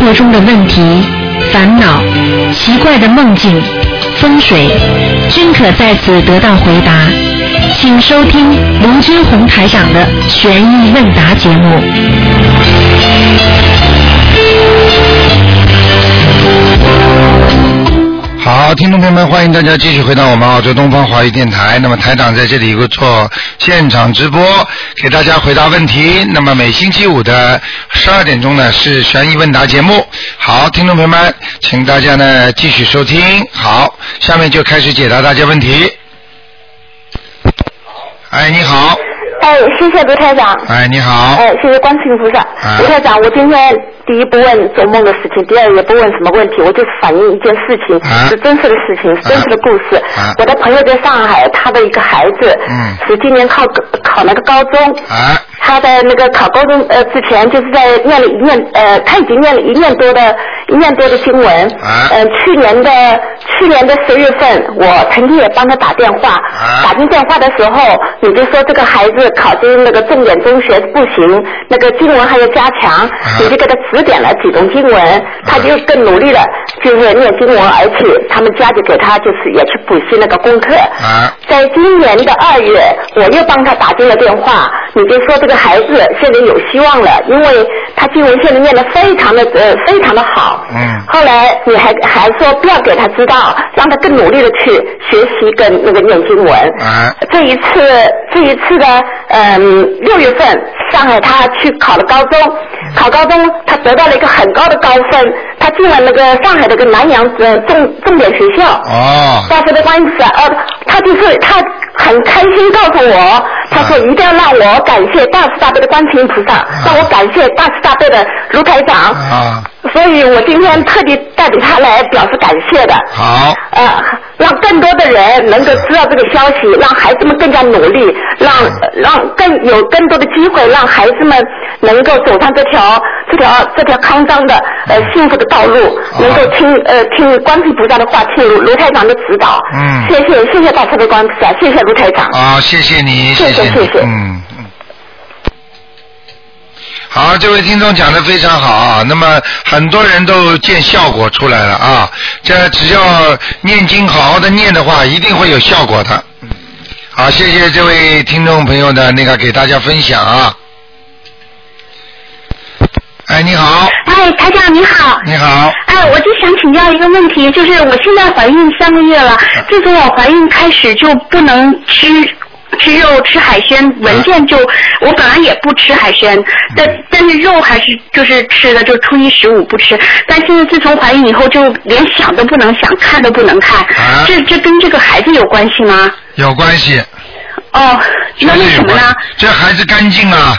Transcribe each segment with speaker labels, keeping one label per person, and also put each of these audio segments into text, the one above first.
Speaker 1: 活中的问题、烦恼、奇怪的梦境、风水，均可在此得到回答。请收听卢军红台长的《悬疑问答》节目。
Speaker 2: 好，听众朋友们，欢迎大家继续回到我们澳洲东方华语电台。那么台长在这里有个做现场直播，给大家回答问题。那么每星期五的十二点钟呢是悬疑问答节目。好，听众朋友们，请大家呢继续收听。好，下面就开始解答大家问题。哎，你好，
Speaker 3: 哎，谢谢卢台长。
Speaker 2: 哎，你好，
Speaker 3: 哎，谢谢观世音菩萨
Speaker 2: 啊。
Speaker 3: 卢台长，我今天第一不问做梦的事情，第二也不问什么问题，我就是反映一件事情，
Speaker 2: 啊
Speaker 3: 是真实的事情，是真实的故事。
Speaker 2: 啊
Speaker 3: 我的朋友在上海，他的一个孩子，
Speaker 2: 嗯
Speaker 3: 是今年考考那个高中，
Speaker 2: 哎，
Speaker 3: 他在那个考高中呃之前，就是在念了一念呃，他已经念了一年多的一年多的经文。
Speaker 2: 啊
Speaker 3: 嗯、去年的去年的十月份，我曾经也帮他打电话。
Speaker 2: 啊
Speaker 3: 打进电话的时候，你就说这个孩子考进那个重点中学不行，那个经文还要加强，
Speaker 2: 啊
Speaker 3: 你就给他指点了几种经文，他就更努力了，就是念经文，而且他们家就给他就是也去补习那个功课。
Speaker 2: 哎，
Speaker 3: 在今年的二月，我又帮他打进了电话，你就说这个孩子现在有希望了，因为他经文现在念得非常的呃非常的好。
Speaker 2: 嗯
Speaker 3: 后来你还还说不要给他知道，让他更努力的去学习跟那个念经文。
Speaker 2: 哎，
Speaker 3: 这一次，这一次呢，嗯，六月份上海他去考了高中，考高中他得到了一个很高的高分，他进了那个上海的一个南洋呃重重点学校。
Speaker 2: 哦，
Speaker 3: 大学的关系啊，呃，他就是他很开心告诉我，他说一定要让我感谢大慈大悲的观世音菩萨，让我感谢大慈大悲的卢台长，
Speaker 2: 啊，
Speaker 3: 所以我今天特地代表他来表示感谢的。
Speaker 2: 好，
Speaker 3: 呃，让更多的人能够知道这个消息，让孩子们更加努力，让让更有更多的机会，让孩子们能够走上这条这条这条康庄的呃幸福的道路，能够听呃听观世音菩萨的话，听卢卢台长的指导。
Speaker 2: 嗯
Speaker 3: 谢谢谢谢大慈悲观世菩萨，谢谢卢台长。
Speaker 2: 啊，谢谢你，
Speaker 3: 谢谢
Speaker 2: 谢你
Speaker 3: 谢谢
Speaker 2: 嗯。嗯好，这位听众讲的非常好啊，那么很多人都见效果出来了啊，这只要念经好好的念的话，一定会有效果的。嗯好，谢谢这位听众朋友的那个给大家分享啊。哎，你好，
Speaker 4: 哎，台长你好。
Speaker 2: 你好，
Speaker 4: 哎，我就想请教一个问题，就是我现在怀孕三个月了，自从我怀孕开始就不能吃吃肉、吃海鲜，文件就我本来也不吃海鲜，但但是肉还是就是吃的，就初一十五不吃。但现在自从怀孕以后，就连想都不能想，看都不能看
Speaker 2: 啊，
Speaker 4: 这这跟这个孩子有关系吗？
Speaker 2: 有关系。
Speaker 4: 哦，那为什么呢？？
Speaker 2: 这孩子干净啊。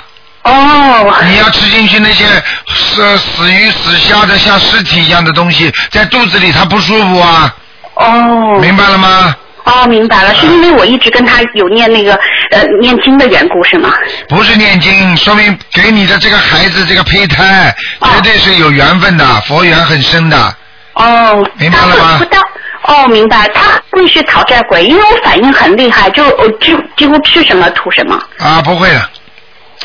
Speaker 4: 哦，
Speaker 2: 你要吃进去那些死死鱼死虾的像尸体一样的东西，在肚子里它不舒服啊，
Speaker 3: 嗯
Speaker 4: 哦，
Speaker 2: 明白了吗？
Speaker 4: 哦，明白了，是因为我一直跟他有念那个呃念经的缘故是吗？
Speaker 2: 不是念经，说明给你的这个孩子这个胚胎绝对是有缘分的，佛缘很深的。
Speaker 4: 哦，
Speaker 2: 明白了吗
Speaker 4: 他会不但哦，明白，他会是讨债鬼，因为我反应很厉害，就我几几乎吃什么吐什么。
Speaker 2: 啊，不会的，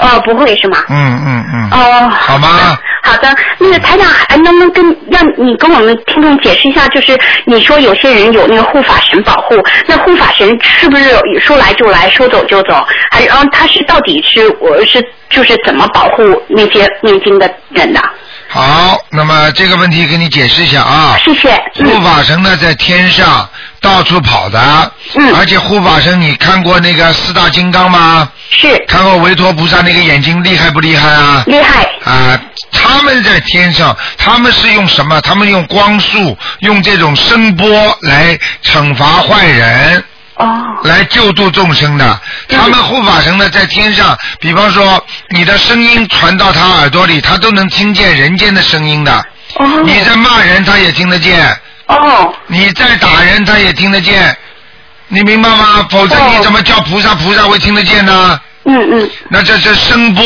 Speaker 4: 哦，不会是吗？
Speaker 2: 嗯嗯嗯，
Speaker 3: 啊
Speaker 4: 哦，
Speaker 2: 好吗？
Speaker 4: 好的，那个台长，还能不能跟让你跟我们听众解释一下，就是你说有些人有那个护法神保护，那护法神是不是有说来就来，说走就走？还然后他是到底是我是就是怎么保护那些念经的人的？
Speaker 2: 好，那么这个问题给你解释一下啊。
Speaker 4: 谢嗯谢。
Speaker 3: 嗯
Speaker 2: 护法神呢，在天上到处跑的，
Speaker 4: 嗯
Speaker 2: 而且护法神，你看过那个四大金刚吗？
Speaker 4: 是
Speaker 2: 看过维陀菩萨那个眼睛厉害不厉害啊？
Speaker 4: 厉害
Speaker 2: 啊，他们在天上，他们是用什么？他们用光速，用这种声波来惩罚坏人，
Speaker 4: 哦
Speaker 2: 来救度众生的。他们护法神呢，在天上，比方说你的声音传到他耳朵里，他都能听见人间的声音的。
Speaker 4: 哦
Speaker 3: 嗯
Speaker 2: 你在骂人，他也听得见；
Speaker 4: 哦
Speaker 2: 你在打人，他也听得见。你明白吗？否则你
Speaker 4: 哦
Speaker 2: 怎么叫菩萨？菩萨会听得见呢？
Speaker 4: 嗯嗯。
Speaker 2: 那这是声波，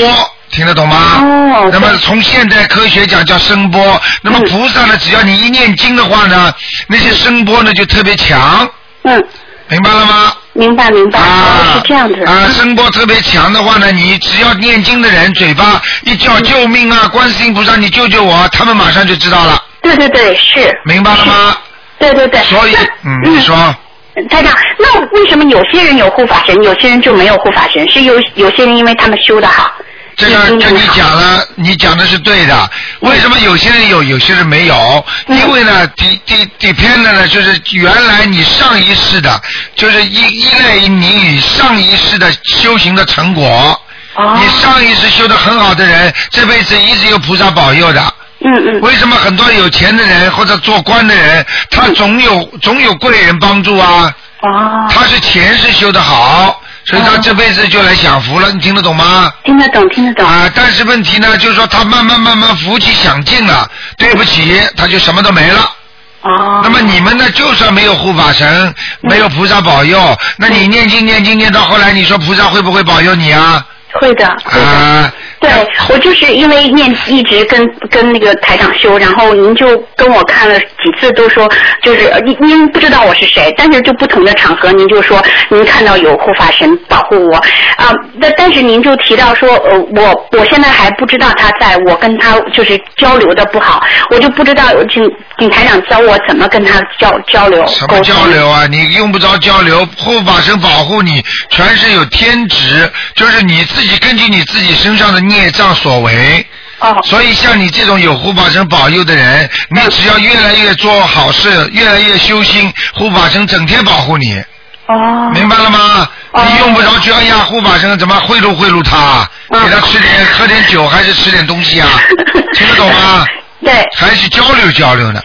Speaker 2: 听得懂吗？
Speaker 4: 哦
Speaker 2: 那么从现代科学讲叫声波，那么
Speaker 4: 嗯
Speaker 2: 菩萨呢，只要你一念经的话呢，那些声波呢就特别强，
Speaker 4: 嗯，
Speaker 2: 明白了吗？
Speaker 3: 明白明白，哦
Speaker 2: 啊，
Speaker 3: 是这样子。
Speaker 2: 啊，声波特别强的话呢，你只要念经的人嘴巴一叫救命
Speaker 3: 嗯
Speaker 2: 啊，观世音菩萨，你救救我，他们马上就知道了，
Speaker 3: 对对对，是，
Speaker 2: 明白了吗？
Speaker 3: 对对对。
Speaker 2: 所以
Speaker 3: 那，
Speaker 2: 嗯，你说，
Speaker 3: 台长，那为什么有些人有护法神，有些人就没有护法神？是有有些人因为他们修的好，
Speaker 2: 这个
Speaker 3: 嗯
Speaker 2: 跟你讲了，你讲的是对的。为什么有些人有，有些人没有？
Speaker 3: 嗯
Speaker 2: 因为呢，底底底片的呢，就是原来你上一世的，就是依依赖于你与上一世的修行的成果。
Speaker 3: 哦
Speaker 2: 你上一世修的很好的人，这辈子一直有菩萨保佑的。
Speaker 3: 嗯嗯，
Speaker 2: 为什么很多有钱的人或者做官的人，他总有总有贵人帮助啊？
Speaker 3: 哦，
Speaker 2: 他是前世修的好，所以他
Speaker 3: 哦
Speaker 2: 这辈子就来享福了。你听得懂吗？
Speaker 3: 听得懂听得懂，
Speaker 2: 啊，但是问题呢，就是说他慢慢慢慢福气享尽了，对不起，他就什么都没了。
Speaker 3: 哦，
Speaker 2: 那么你们呢，就算没有护法神，没有菩萨保佑，那你念经念经念到后来，你说菩萨会不会保佑你啊？
Speaker 3: 会的会的。
Speaker 2: 啊，
Speaker 3: 对，我就是因为念一直跟跟那个台长修，然后您就跟我看了几次，都说就是呃您您不知道我是谁，但是就不同的场合，您就说您看到有护法神保护我啊，但、但是您就提到说，呃，我我现在还不知道他在，我跟他就是交流的不好，我就不知道请请台长教我怎么跟他交交流
Speaker 2: 什
Speaker 3: 沟
Speaker 2: 么
Speaker 3: 通
Speaker 2: 交流啊？你用不着交流，护法神保护你，全是有天职，就是你自己根据你自己身上的孽障所为。
Speaker 3: 哦
Speaker 2: 所以像你这种有护法神保佑的人，你只要越来越做好事，越来越修心，护法神整天保护你，
Speaker 3: 哦
Speaker 2: 明白了吗？
Speaker 3: 哦
Speaker 2: 你用不着去哎呀，护法神怎么贿赂贿赂他，
Speaker 3: 嗯
Speaker 2: 给他吃点喝点酒，还是吃点东西啊？听得懂吗？
Speaker 3: 对
Speaker 2: 还是交流交流呢？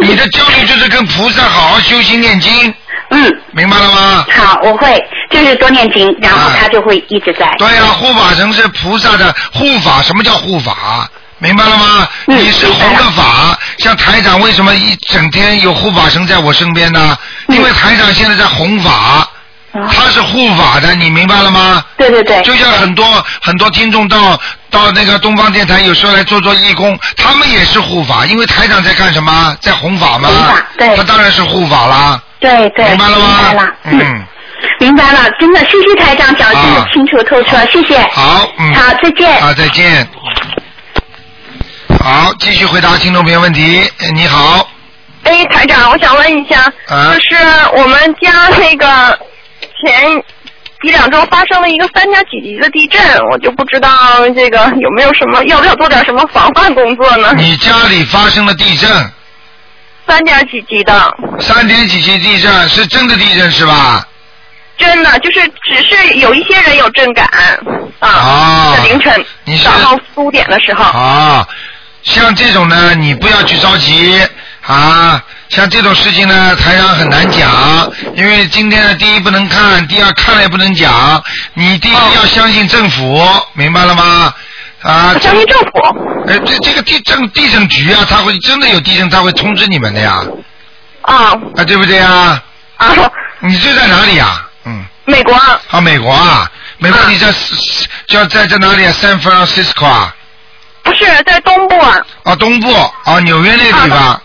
Speaker 2: 你的交流就是跟菩萨好好修心念经，
Speaker 3: 嗯
Speaker 2: 明白了吗？
Speaker 3: 好我会就是多念经，然后
Speaker 2: 啊
Speaker 3: 他就会一直在。
Speaker 2: 对呀、护法神是菩萨的护法。什么叫护法？明白了吗？
Speaker 3: 嗯
Speaker 2: 你是弘的法，像台长为什么一整天有护法神在我身边呢？
Speaker 3: 嗯
Speaker 2: 因为台长现在在弘法，
Speaker 3: 哦
Speaker 2: 他是护法的，你明白了吗？
Speaker 3: 对对对，
Speaker 2: 就像很多很多听众到到那个东方电台，有时候来做做义工，他们也是护法，因为台长在干什么？在弘法嘛
Speaker 3: 弘法。对
Speaker 2: 他当然是护法啦。
Speaker 3: 对对，
Speaker 2: 明白了吗？
Speaker 3: 明白了，
Speaker 2: 嗯，，
Speaker 3: 明白了，真的，谢谢台长讲得真
Speaker 2: 啊
Speaker 3: 的清楚透彻，谢谢。
Speaker 2: 好，嗯。
Speaker 3: 好，再见。
Speaker 2: 好，再见。好，继续回答听众朋友问题。哎你好，
Speaker 5: 哎，台长，我想问一下，
Speaker 2: 啊
Speaker 5: 就是我们家那个前一两周发生了一个三点几级的地震，我就不知道这个有没有什么，要不要做点什么防范工作呢？
Speaker 3: 嗯
Speaker 2: 你家里发生了地震，
Speaker 5: 三点几级的，
Speaker 2: 三点几级地震是真的地震是吧？
Speaker 5: 真的就是只是有一些人有震感啊，
Speaker 2: 哦
Speaker 5: 在凌晨
Speaker 2: 你是
Speaker 5: 早上四五点的时候，
Speaker 2: 啊，像这种呢，你不要去着急啊。像这种事情呢，台上很难讲，因为今天呢，第一不能看，第二看了也不能讲。你第一要相信政府，明白了吗？啊，
Speaker 3: 嗯
Speaker 5: 我相信政府。
Speaker 2: 哎，这这个地震地震局啊，他会真的有地震，他会通知你们的呀，
Speaker 5: 啊
Speaker 2: 啊，对不对啊？
Speaker 5: 啊，
Speaker 2: 你这在哪里呀？嗯，
Speaker 5: 美国啊
Speaker 2: 啊，美国啊，美国
Speaker 5: 啊
Speaker 2: 你在叫在在哪里啊？San Francisco 啊，
Speaker 5: 不是在东部啊，
Speaker 2: 啊，东部啊，纽约那地方，啊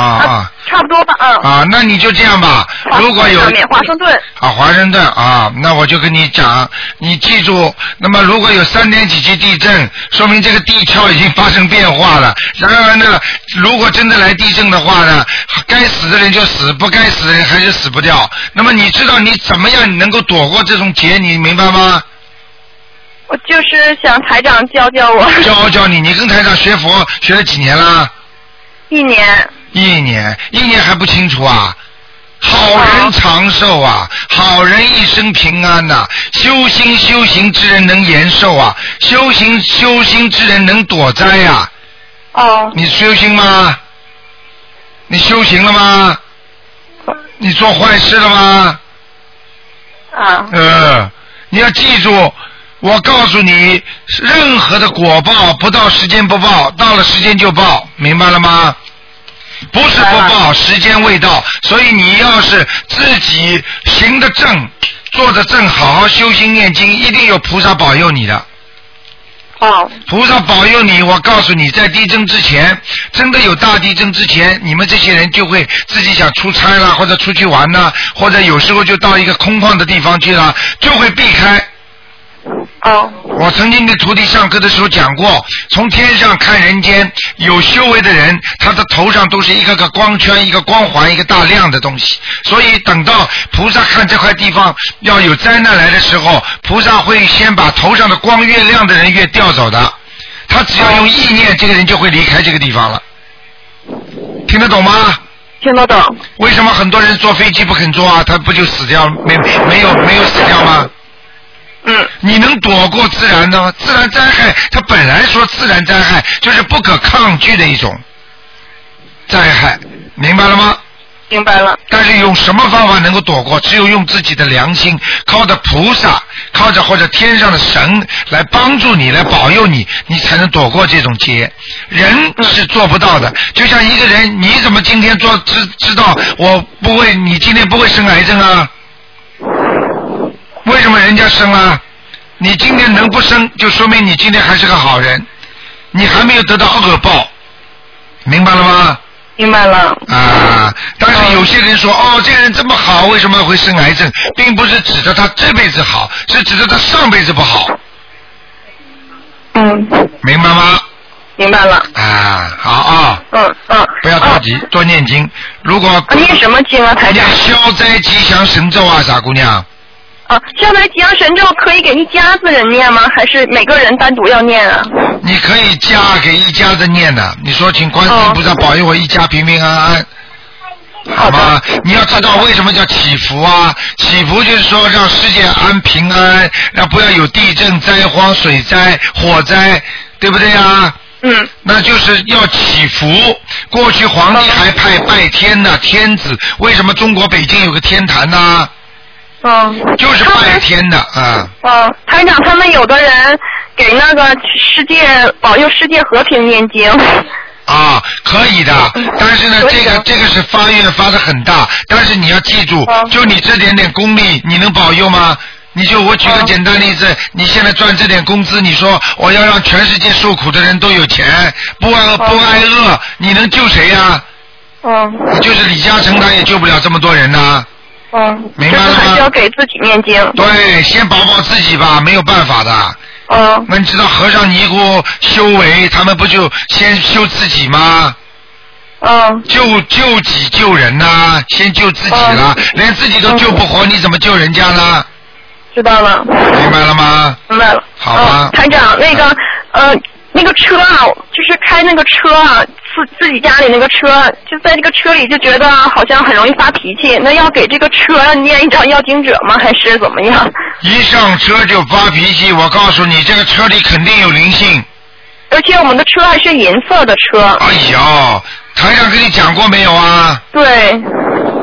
Speaker 2: 啊
Speaker 5: 差不多吧，啊，
Speaker 2: 啊，那你就这样吧，如果有
Speaker 5: 华盛顿华盛顿，
Speaker 2: 啊，华盛顿啊，那我就跟你讲，你记住，那么如果有三点几级地震，说明这个地壳已经发生变化了。然而呢，如果真的来地震的话呢，该死的人就死，不该死的人还是死不掉。那么你知道你怎么样能够躲过这种劫，你明白吗？
Speaker 5: 我就是想台长教教我。
Speaker 2: 教教你，你跟台长学佛学了几年啦？
Speaker 5: 一年，
Speaker 2: 一年，一年还不清楚啊？好人长寿啊，好人一生平安呐、修心修行之人能延寿啊，修行修行之人能躲灾呀、
Speaker 5: 哦，
Speaker 2: 你修行吗？你修行了吗？你做坏事了吗？
Speaker 5: 啊，
Speaker 2: 呃，你要记住，我告诉你，任何的果报不到时间不报，到了时间就报，明白了吗？不是不报，时间未到，所以你要是自己行得正，做得正，好好修心念经，一定有菩萨保佑你的。
Speaker 3: 哦，
Speaker 2: 菩萨保佑你，我告诉你，在地震之前，真的有大地震之前，你们这些人就会自己想出差啦，或者出去玩啦，或者有时候就到一个空旷的地方去啦，就会避开。
Speaker 3: 哦，
Speaker 2: 我曾经给徒弟上课的时候讲过，从天上看人间，有修为的人，他的头上都是一个个光圈、一个光环、一个大亮的东西。所以等到菩萨看这块地方要有灾难来的时候，菩萨会先把头上的光越亮的人越调走的。他只要用意念，这个人就会离开这个地方了。听得懂吗？
Speaker 3: 听得懂。
Speaker 2: 为什么很多人坐飞机不肯坐啊？他不就死掉没没有没有死掉吗？
Speaker 3: 嗯，
Speaker 2: 你能躲过自然的吗？自然灾害，它本来说自然灾害就是不可抗拒的一种灾害，明白了吗？
Speaker 3: 明白了。
Speaker 2: 但是用什么方法能够躲过？只有用自己的良心，靠着菩萨，靠着或者天上的神来帮助你，来保佑你，你才能躲过这种劫。人是做不到的。就像一个人，你怎么今天做知知道我不会，你今天不会生癌症啊？为什么人家生了？你今天能不生，就说明你今天还是个好人，你还没有得到恶报，明白了吗？
Speaker 3: 明白了，
Speaker 2: 啊，但是有些人说，哦，这个人这么好，为什么会生癌症？并不是指着他这辈子好，是指着他上辈子不好，
Speaker 3: 嗯，
Speaker 2: 明白吗？
Speaker 3: 明白了，
Speaker 2: 啊，好啊，
Speaker 3: 嗯嗯。
Speaker 2: 不要着急，
Speaker 5: 哦
Speaker 2: 多念经。如果
Speaker 3: 啊。念什么经啊，台长
Speaker 2: 念？消灾吉祥神咒啊，傻姑娘，
Speaker 3: 啊，消灾吉祥神咒可以给一家子人念吗？还是每个人单独要念啊？
Speaker 2: 你可以加给一家子念的。你说，请观世音菩萨保佑我一家平平安安。好吗？你要知道为什么叫祈福啊？祈福就是说让世界安平安，让不要有地震、灾荒、水灾、火灾，对不对啊？
Speaker 3: 嗯，
Speaker 2: 那就是要祈福。过去皇帝还派拜天呐、天子，为什么中国北京有个天坛呐、
Speaker 3: 嗯，
Speaker 2: 就是
Speaker 3: 他
Speaker 2: 拜
Speaker 3: 们
Speaker 2: 天的啊。
Speaker 3: 嗯，台长，他们有的人给那个世界保佑世界和平念经，
Speaker 2: 啊，可以的，但是呢，
Speaker 3: 可
Speaker 2: 这
Speaker 3: 以的
Speaker 2: 个这个是发愿发的很大，但是你要记住，
Speaker 3: 嗯
Speaker 2: 就你这点点功力，你能保佑吗？你就我举个
Speaker 3: 嗯
Speaker 2: 简单例子，你现在赚这点工资，你说我要让全世界受苦的人都有钱，不挨
Speaker 3: 啊
Speaker 2: 不挨饿，你能救谁呀、
Speaker 3: 嗯
Speaker 2: 你就是李嘉诚，他也救不了这么多人呐、
Speaker 3: 嗯，
Speaker 2: 明
Speaker 3: 就
Speaker 2: 白
Speaker 3: 是
Speaker 2: 了吗
Speaker 3: 还是要给自己念经，
Speaker 2: 对，先保保自己吧，没有办法的。
Speaker 3: 嗯
Speaker 2: 那你知道和尚尼姑修为，他们不就先修自己吗？
Speaker 3: 嗯
Speaker 2: 救救己救人呐、先救自己啦，连自己都救不活，你怎么救人家呢？
Speaker 3: 知道了，
Speaker 2: 明白了吗？
Speaker 3: 明白了。
Speaker 2: 好吧
Speaker 3: 嗯，台长，那个呃，那个车啊，就是开那个车啊，自自己家里那个车，就在这个车里就觉得好像很容易发脾气。那要给这个车念一张要经者吗？还是怎么样？
Speaker 2: 一上车就发脾气，我告诉你，这个车里肯定有灵性。
Speaker 3: 而且我们的车还是银色的车，
Speaker 2: 哎呦，台长跟你讲过没有啊？
Speaker 3: 对，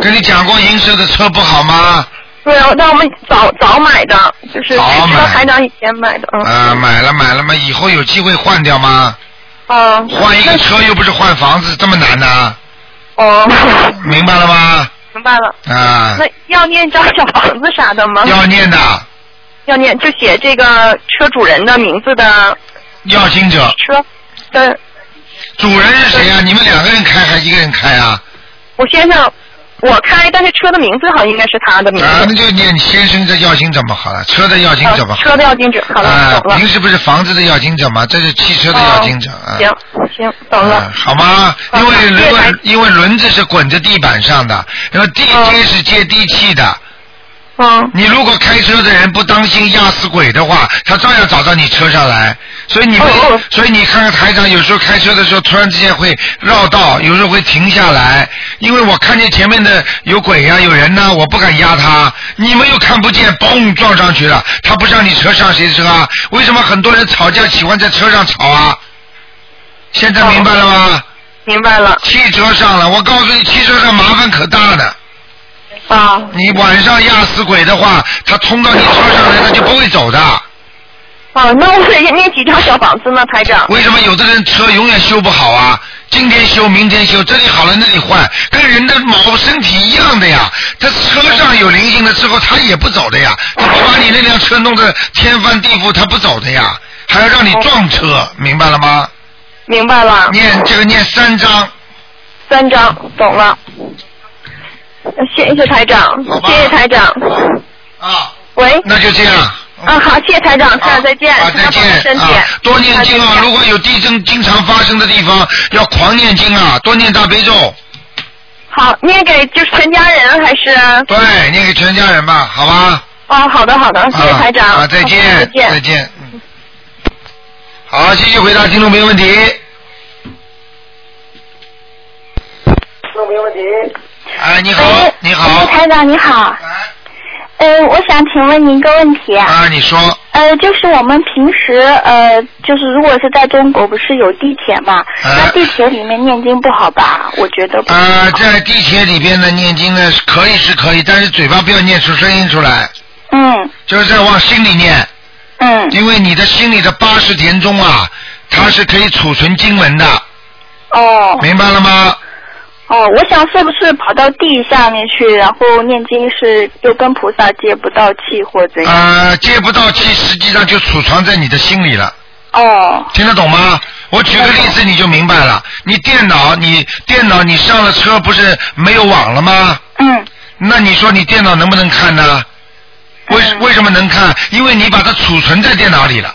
Speaker 2: 跟你讲过银色的车不好吗？
Speaker 3: 对，那我们早早买的，就是
Speaker 2: 早买
Speaker 3: 知道台长以前买的，嗯，
Speaker 2: 啊、买了买了嘛，以后有机会换掉吗？
Speaker 3: 哦、
Speaker 2: 换一个车又不是换房子，这么难呐、
Speaker 3: 哦，
Speaker 2: 明白了吗？
Speaker 3: 明白了。
Speaker 2: 啊、
Speaker 3: 那要念张小房子啥的吗？
Speaker 2: 要念的，
Speaker 3: 要念就写这个车主人的名字的
Speaker 2: 要经者，
Speaker 3: 车呃的，
Speaker 2: 主人是谁啊？你们两个人开还是一个人开啊？
Speaker 3: 我先生我开，但是车的名字好像应该是他的名字。
Speaker 2: 啊，那就念先生的要经怎么好了，车的要经怎么
Speaker 3: 啊
Speaker 2: 好？
Speaker 3: 车的要经者，好了，
Speaker 2: 啊
Speaker 3: 懂，了。
Speaker 2: 平时不是房子的要经者吗？这是汽车的要经者啊。
Speaker 3: 哦行行，懂
Speaker 2: 啊
Speaker 3: 了。
Speaker 2: 好吗？
Speaker 3: 啊
Speaker 2: 因为
Speaker 3: 谢谢台
Speaker 2: 轮因为轮子是滚着地板上的，然后地接
Speaker 3: 哦
Speaker 2: 是接地气的。
Speaker 3: 嗯，
Speaker 2: 你如果开车的人不当心压死鬼的话，他照样找到你车上来。所以你们，
Speaker 3: 哦哦
Speaker 2: 所以你看看台长有时候开车的时候，突然之间会绕道，有时候会停下来，因为我看见前面的有鬼呀、有人呐、我不敢压他。你们又看不见，嘣撞上去了，他不上你车上谁车啊？为什么很多人吵架喜欢在车上吵啊？现在明白了
Speaker 3: 哦
Speaker 2: 吗？
Speaker 3: 明白了。
Speaker 2: 汽车上了，我告诉你，汽车上麻烦可大的。
Speaker 3: 啊，
Speaker 2: 你晚上压死鬼的话，他冲到你车上来，他就不会走的。
Speaker 3: 啊，那我得念几张小房子呢，台长？
Speaker 2: 为什么有的人车永远修不好啊？今天修，明天修，这里好了那里换，跟人的毛身体一样的呀。他车上有灵性了之后，他也不走的呀。他不把你那辆车弄得天翻地覆，他不走的呀。还要让你撞车，明白了吗？
Speaker 5: 明白了，
Speaker 2: 念这个念三章，
Speaker 5: 三张，懂了。
Speaker 3: 呃
Speaker 5: 谢谢台长，
Speaker 2: 好吧
Speaker 5: 谢谢台长。
Speaker 2: 啊，
Speaker 5: 喂，
Speaker 2: 那就这样。
Speaker 5: 啊，好，谢谢台长，台
Speaker 2: 啊
Speaker 5: 长再见，
Speaker 2: 啊，
Speaker 5: 台长保
Speaker 2: 再
Speaker 5: 重身
Speaker 2: 见
Speaker 5: 体
Speaker 2: 啊，多念经
Speaker 5: 啊
Speaker 2: 啊！
Speaker 5: 再见
Speaker 2: 如果有地震经常发生的地方，要狂念经啊，多念大悲咒。
Speaker 5: 好，念给就是全家人还是？
Speaker 2: 对，念给全家人吧，好吧？
Speaker 5: 哦，好的好的，谢谢台长，
Speaker 2: 啊，啊再
Speaker 5: 好再
Speaker 2: 见，
Speaker 5: 见
Speaker 2: 再。见。嗯好，继续回答听众朋友问题。哎，你好，你好，
Speaker 6: 哎台长你好，
Speaker 2: 哎
Speaker 6: 呃，我想请问您一个问题啊，
Speaker 2: 啊，你说，
Speaker 6: 呃，就是我们平时呃，就是如果是在中国，不是有地铁嘛？
Speaker 2: 嗯
Speaker 6: 那地铁里面念经不好吧？我觉得不好。
Speaker 2: 啊，在地铁里边呢念经呢可以是可以，但是嘴巴不要念出声音出来，
Speaker 6: 嗯
Speaker 2: 就是在往心里念，
Speaker 6: 嗯，
Speaker 2: 因为你的心里的八十田中啊，它是可以储存经文的，
Speaker 6: 哦
Speaker 2: 明白了吗？
Speaker 6: 哦，我想是不是跑到地下面去，然后念经是又跟菩萨接不到气或怎样？
Speaker 2: 啊，接不到气，实际上就储藏在你的心里了。
Speaker 6: 哦
Speaker 2: 听得懂吗？我举个例子你就明白了。你电脑，你电脑，你上了车不是没有网了吗？
Speaker 6: 嗯
Speaker 2: 那你说你电脑能不能看呢？为
Speaker 6: 嗯
Speaker 2: 为什么能看？因为你把它储存在电脑里了。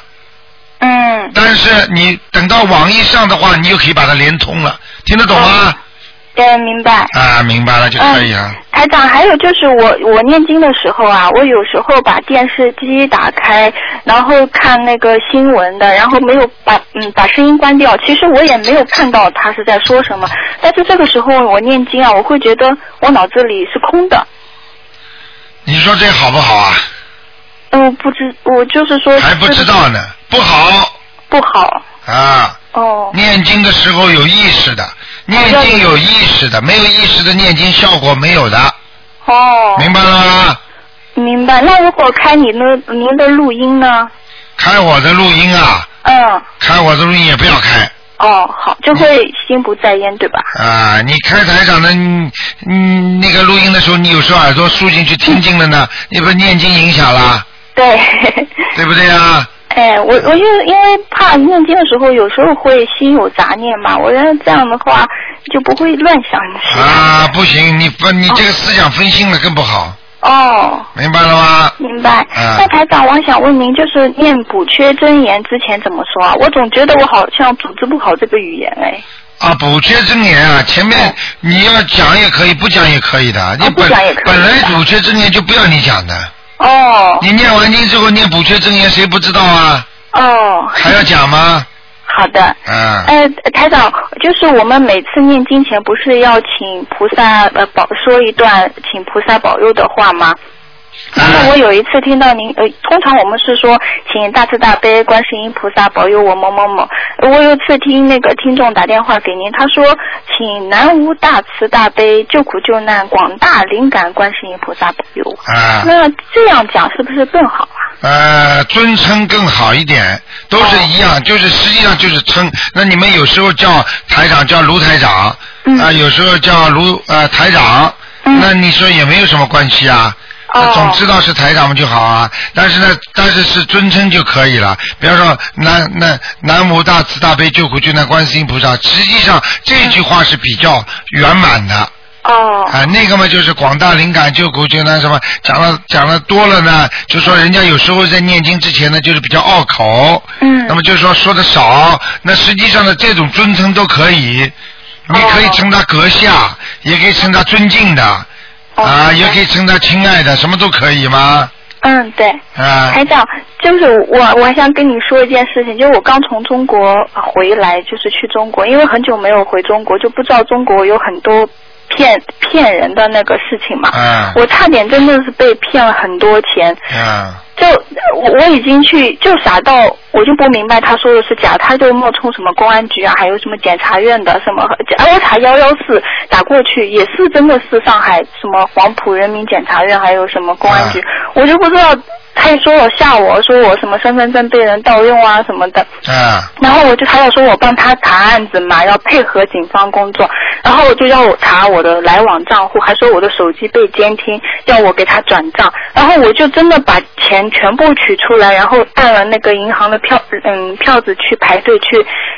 Speaker 6: 嗯，
Speaker 2: 但是你等到网易上的话，你就可以把它连通了。听得懂吗？
Speaker 6: 对，嗯明白。
Speaker 2: 啊，明白了就可以啊。
Speaker 6: 台长，还有就是我我念经的时候啊，我有时候把电视机打开，然后看那个新闻的，然后没有把嗯把声音关掉。其实我也没有看到他是在说什么，但是这个时候我念经啊，我会觉得我脑子里是空的。
Speaker 2: 你说这好不好啊？
Speaker 6: 嗯，不知我就是说
Speaker 2: 还不知道呢，不好
Speaker 6: 不好
Speaker 2: 啊。
Speaker 6: 哦
Speaker 2: 念经的时候有意识的，念经有意识的，没有意识的念经效果没有的，
Speaker 6: 哦，
Speaker 2: 明白了吗？
Speaker 6: 明白。那如果开您的您的录音呢？
Speaker 2: 开我的录音啊，
Speaker 6: 嗯
Speaker 2: 开我的录音也不要开
Speaker 6: 哦好，就会心不在焉对吧？
Speaker 2: 啊！你开台长的，嗯，嗯那个录音的时候，你有时候耳朵竖进去听进了呢，你不念经影响了，
Speaker 6: 对。
Speaker 2: 对不对啊？
Speaker 6: 哎，我我就因为怕念经的时候，有时候会心有杂念嘛。我觉得这样的话就不会乱想事。
Speaker 2: 啊，不行，你分你这个思想分心了更不好，
Speaker 6: 哦，
Speaker 2: 明白了吗？
Speaker 6: 明白。
Speaker 2: 嗯
Speaker 6: 那台长，我还想问您，就是念补缺真言之前怎么说啊？我总觉得我好像组织不好这个语言哎。
Speaker 2: 啊，补缺真言啊，前面你要讲也可以，不讲也可以的。你
Speaker 6: 哦不
Speaker 2: 本、
Speaker 6: 讲也可以的
Speaker 2: 本来补缺真言就不要你讲的，
Speaker 6: 哦
Speaker 2: 你念完经之后念补缺真言，谁不知道啊？
Speaker 6: 哦，
Speaker 2: 还要讲吗？
Speaker 6: 好的。
Speaker 2: 啊，
Speaker 6: 呃，台长，就是我们每次念经前不是要请菩萨呃保说一段请菩萨保佑的话吗？那
Speaker 2: 啊
Speaker 6: 么我有一次听到您，呃，通常我们是说请大慈大悲观世音菩萨保佑我某某某。呃我有一次听那个听众打电话给您，他说请南无大慈大悲救苦救难广大灵感观世音菩萨保佑我。
Speaker 2: 啊，
Speaker 6: 那这样讲是不是更好啊？
Speaker 2: 呃，尊称更好一点，都
Speaker 6: 哦
Speaker 2: 是一样，就是实际上就是称。那你们有时候叫台长叫卢台长，啊、
Speaker 6: 嗯
Speaker 2: 有时候叫卢呃台长，
Speaker 6: 嗯
Speaker 2: 那你说也没有什么关系啊。
Speaker 6: 哦
Speaker 2: 那总知道是台长嘛就好啊，但是呢，但是是尊称就可以了。比方说南南南无大慈大悲救苦救难观世音菩萨，实际上这句话是比较圆满的。
Speaker 6: 哦
Speaker 2: 啊，那个嘛就是广大灵感救苦救难什么，讲了讲了多了呢，就说人家有时候在念经之前呢，就是比较拗口，
Speaker 6: 嗯
Speaker 2: 那么就是说说的少，那实际上呢，这种尊称都可以，你可以称他阁下，也可以称他尊敬的，
Speaker 6: 哦
Speaker 2: 啊，
Speaker 6: 明
Speaker 2: 也
Speaker 6: 白
Speaker 2: 可以称他亲爱的，什么都可以吗？
Speaker 6: 嗯，对。
Speaker 2: 啊
Speaker 6: 台长，就是我，我还想跟你说一件事情，就是我刚从中国啊回来，就是去中国，因为很久没有回中国，就不知道中国有很多骗骗人的那个事情嘛。
Speaker 2: 啊
Speaker 6: 我差点真的是被骗了很多钱，
Speaker 2: 啊
Speaker 6: 就我我已经去就傻到我就不明白他说的是假，他就冒充什么公安局啊，还有什么检察院的什么，哎我打幺幺四打过去也是真的是上海什么黄埔人民检察院还有什么公安局，
Speaker 2: 啊
Speaker 6: 我就不知道他说我吓我说我什么身份证被人盗用啊什么的，
Speaker 2: 啊，
Speaker 6: 然后我就他要说我帮他查案子嘛，要配合警方工作，然后就要我查我的来往账户，还说我的手机被监听，要我给他转账，然后我就真的把钱全部取出来，然后按了那个银行的票，嗯，票子去排队去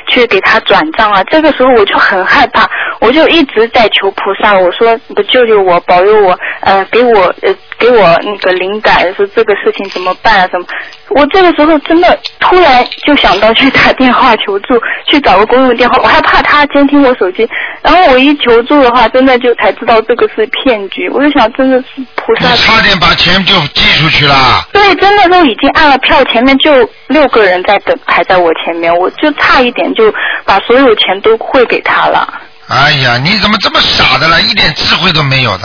Speaker 6: 去给他转账啊。这个时候我就很害怕，我就一直在求菩萨，我说你救救我，保佑我，呃，给我呃给我那个灵感，说这个事情怎么办啊？怎么？我这个时候真的突然就想到去打电话求助，去找个公用电话，我还怕他监听我手机。然后我一求助的话，真的就才知道这个是骗局。我就想，真的是菩萨
Speaker 2: 你差点把钱就寄出去了。
Speaker 6: 对，真的都已经按了票，前面就六个人在等，排在我前面，我就差一点就把所有钱都汇给他了。
Speaker 2: 哎呀，你怎么这么傻的了？一点智慧都没有的。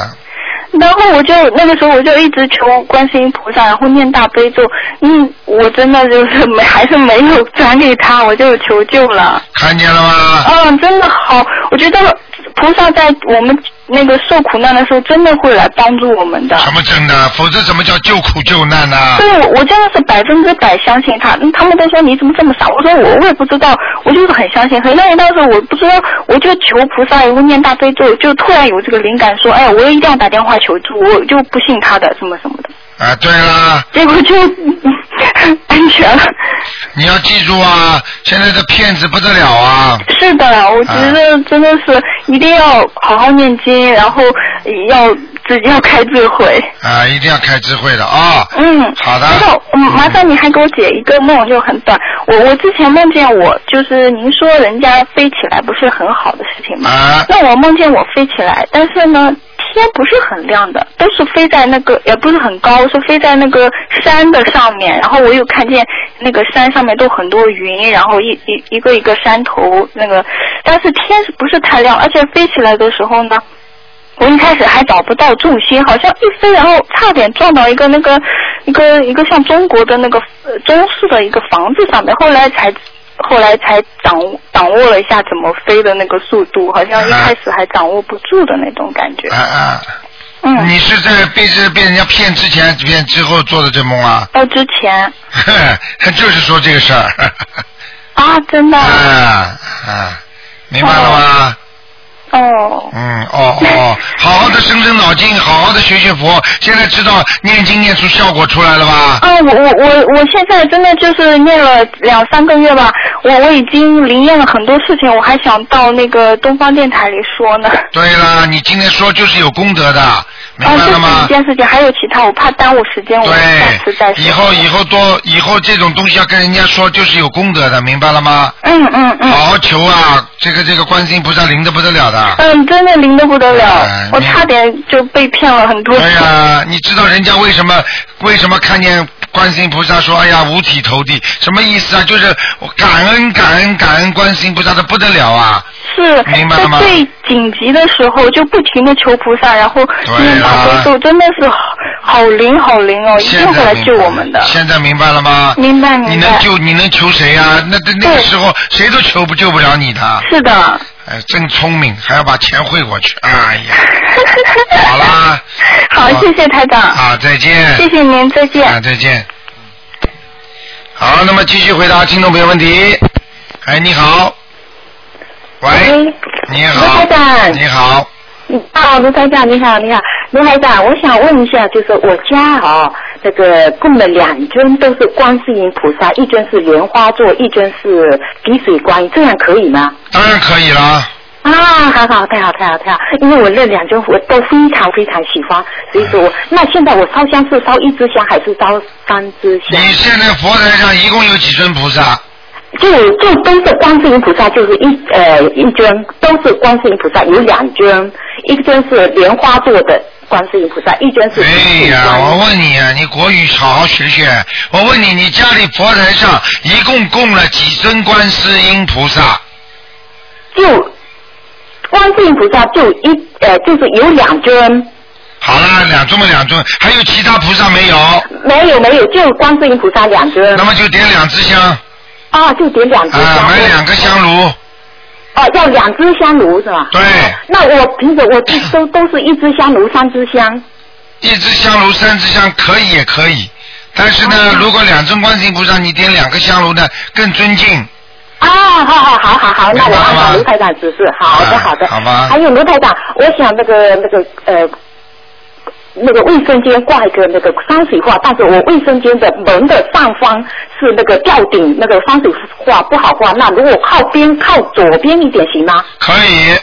Speaker 6: 然后我就那个时候我就一直求观世音菩萨，然后念大悲咒。嗯，我真的就是 没还是没有转给他，我就求救了。
Speaker 2: 看见了吗？
Speaker 6: 嗯，真的好，我觉得菩萨在我们那个受苦难的时候，真的会来帮助我们的。
Speaker 2: 什么啊真的？否则怎么叫救苦救难呢、啊
Speaker 6: 对，我我真的是百分之百相信他。嗯他们都说你怎么这么傻？我说我我也不知道，我就是很相信。很多人当时我不知道，我就求菩萨，然后念大悲咒，就突然有这个灵感说，哎，我一定要打电话求助，我就不信他的什么什么的。
Speaker 2: 啊，对啦，
Speaker 6: 结果就 安全了。
Speaker 2: 你要记住啊，现在的骗子不得了啊！
Speaker 6: 是的，我觉得真的是一定要好好念经，然后要自己要开智慧。
Speaker 2: 啊，一定要开智慧的啊！
Speaker 6: 嗯，
Speaker 2: 好的
Speaker 6: 那个嗯，麻烦你还给我解一个梦，就很短。我我之前梦见我就是您说人家飞起来不是很好的事情吗？
Speaker 2: 啊，
Speaker 6: 那我梦见我飞起来，但是呢。天不是很亮的，都是飞在那个也不是很高，是飞在那个山的上面。然后我又看见那个山上面都很多云，然后一一一个一个山头那个，但是天是不是太亮？而且飞起来的时候呢，我一开始还找不到重心，好像一飞，然后差点撞到一个那个一个一个像中国的那个呃中式的一个房子上面，后来才。后来才掌握掌握了一下怎么飞的那个速度，好像一开始还掌握不住的那种感觉
Speaker 2: 啊。啊！
Speaker 6: 嗯，
Speaker 2: 你是在被这被人家骗之前、骗之后做的这梦啊？
Speaker 6: 到之前
Speaker 2: 就是说这个事儿。
Speaker 6: 啊，真 的
Speaker 2: 啊啊，明白了吗？
Speaker 6: 哦，
Speaker 2: 嗯，哦哦哦，好好的生生脑筋，好好的学学佛，现在知道念经念出效果出来了吧？
Speaker 6: 啊，我我我我现在真的就是念了两三个月吧，我我已经灵验了很多事情，我还想到那个东方电台里说呢。
Speaker 2: 对啦，你今天说就是有功德的，明
Speaker 6: 啊，
Speaker 2: 白
Speaker 6: 这
Speaker 2: 了
Speaker 6: 是
Speaker 2: 吗
Speaker 6: 一？件事情，还有其他，我怕耽误时间，我下次再
Speaker 2: 对，
Speaker 6: 说。
Speaker 2: 以后以后多以后这种东西要跟人家说，就是有功德的，明白了吗？
Speaker 6: 嗯嗯嗯。
Speaker 2: 好好求啊，这个这个观世音菩萨灵的不得了的。
Speaker 6: 嗯，真的灵的不得了，
Speaker 2: 哎
Speaker 6: 我
Speaker 2: 你
Speaker 6: 差点就被骗了很多次。
Speaker 2: 对哎呀、你知道人家为什么为什么看见观世音菩萨说哎呀五体投地什么意思啊？就是我感恩感恩感恩观世音菩萨的不得了啊！
Speaker 6: 是
Speaker 2: 明白了吗
Speaker 6: 在最紧急的时候就不停的求菩萨，然后念大悲咒，真的是好好灵好灵哦，一
Speaker 2: 现
Speaker 6: 定会
Speaker 2: 在
Speaker 6: 来
Speaker 2: 明白
Speaker 6: 救我们的。
Speaker 2: 现在明白了吗？
Speaker 6: 明白
Speaker 2: 你
Speaker 6: 明
Speaker 2: 能
Speaker 6: 白，
Speaker 2: 救你能求谁啊？那那那个
Speaker 6: 对
Speaker 2: 时候谁都求不救不了你的。
Speaker 6: 是的。
Speaker 2: 哎，真聪明，还要把钱汇过去。哎呀，好啦，
Speaker 6: 好，
Speaker 2: 好
Speaker 6: 谢谢台长，
Speaker 2: 啊，再见。
Speaker 6: 谢谢您，再见。
Speaker 2: 啊，再见。好，那么继续回答听众朋友问题。哎，你好。喂，
Speaker 7: 喂，
Speaker 2: 你
Speaker 7: 卢台
Speaker 2: 好。
Speaker 7: 长，
Speaker 2: 你好，
Speaker 7: 你啊，卢台长，你好，你好，卢台长，我想问一下，就是我家哦，这个供了两尊都是观世音菩萨，一尊是莲花座，一尊是滴水观音，这样可以吗？
Speaker 2: 当然可以了。
Speaker 7: 啊，好好，太好，太好，太好！因为我那两尊我都非常非常喜欢，所以说我那现在我烧香是烧一支香还是烧三支香？
Speaker 2: 你现在佛台上一共有几尊菩萨？
Speaker 7: 就就都是观世音菩萨，就是一呃一尊都是观世音菩萨，有两尊，一尊是莲花座的观世音菩萨，一尊是观世
Speaker 2: 哎
Speaker 7: 音
Speaker 2: 呀，我
Speaker 7: 菩萨。
Speaker 2: 问你啊，你国语好好学学。我问你，你家里佛台上一共供了几尊观世音菩萨？
Speaker 7: 就观世音菩萨就一呃就是有两尊，
Speaker 2: 好啦，两尊嘛两尊，还有其他菩萨没有？
Speaker 7: 没有没有就观世音菩萨两尊
Speaker 2: 那么就点两支香
Speaker 7: 啊，就点两只
Speaker 2: 啊，
Speaker 7: 呃香
Speaker 2: 买两个香炉。
Speaker 7: 哦、要两只香炉是吧？
Speaker 2: 对，
Speaker 7: 那我平时我就都都是一支香炉三支香
Speaker 2: 一支香炉三支香可以也可以，但是呢，
Speaker 7: 嗯
Speaker 2: 如果两尊观世音菩萨，你点两个香炉呢，更尊敬。
Speaker 8: 啊，好好好好好，那我
Speaker 2: 明白
Speaker 8: 按
Speaker 2: 吗
Speaker 8: 照卢台长指示，好的
Speaker 2: 啊
Speaker 8: 好的。
Speaker 2: 好吧
Speaker 8: 还有卢台长，我想那个那个呃。那个卫生间挂一个那个山水画，但是我卫生间的门的上方是那个吊顶，那个山水画不好画。那如果靠边靠左边一点行吗？
Speaker 2: 可以，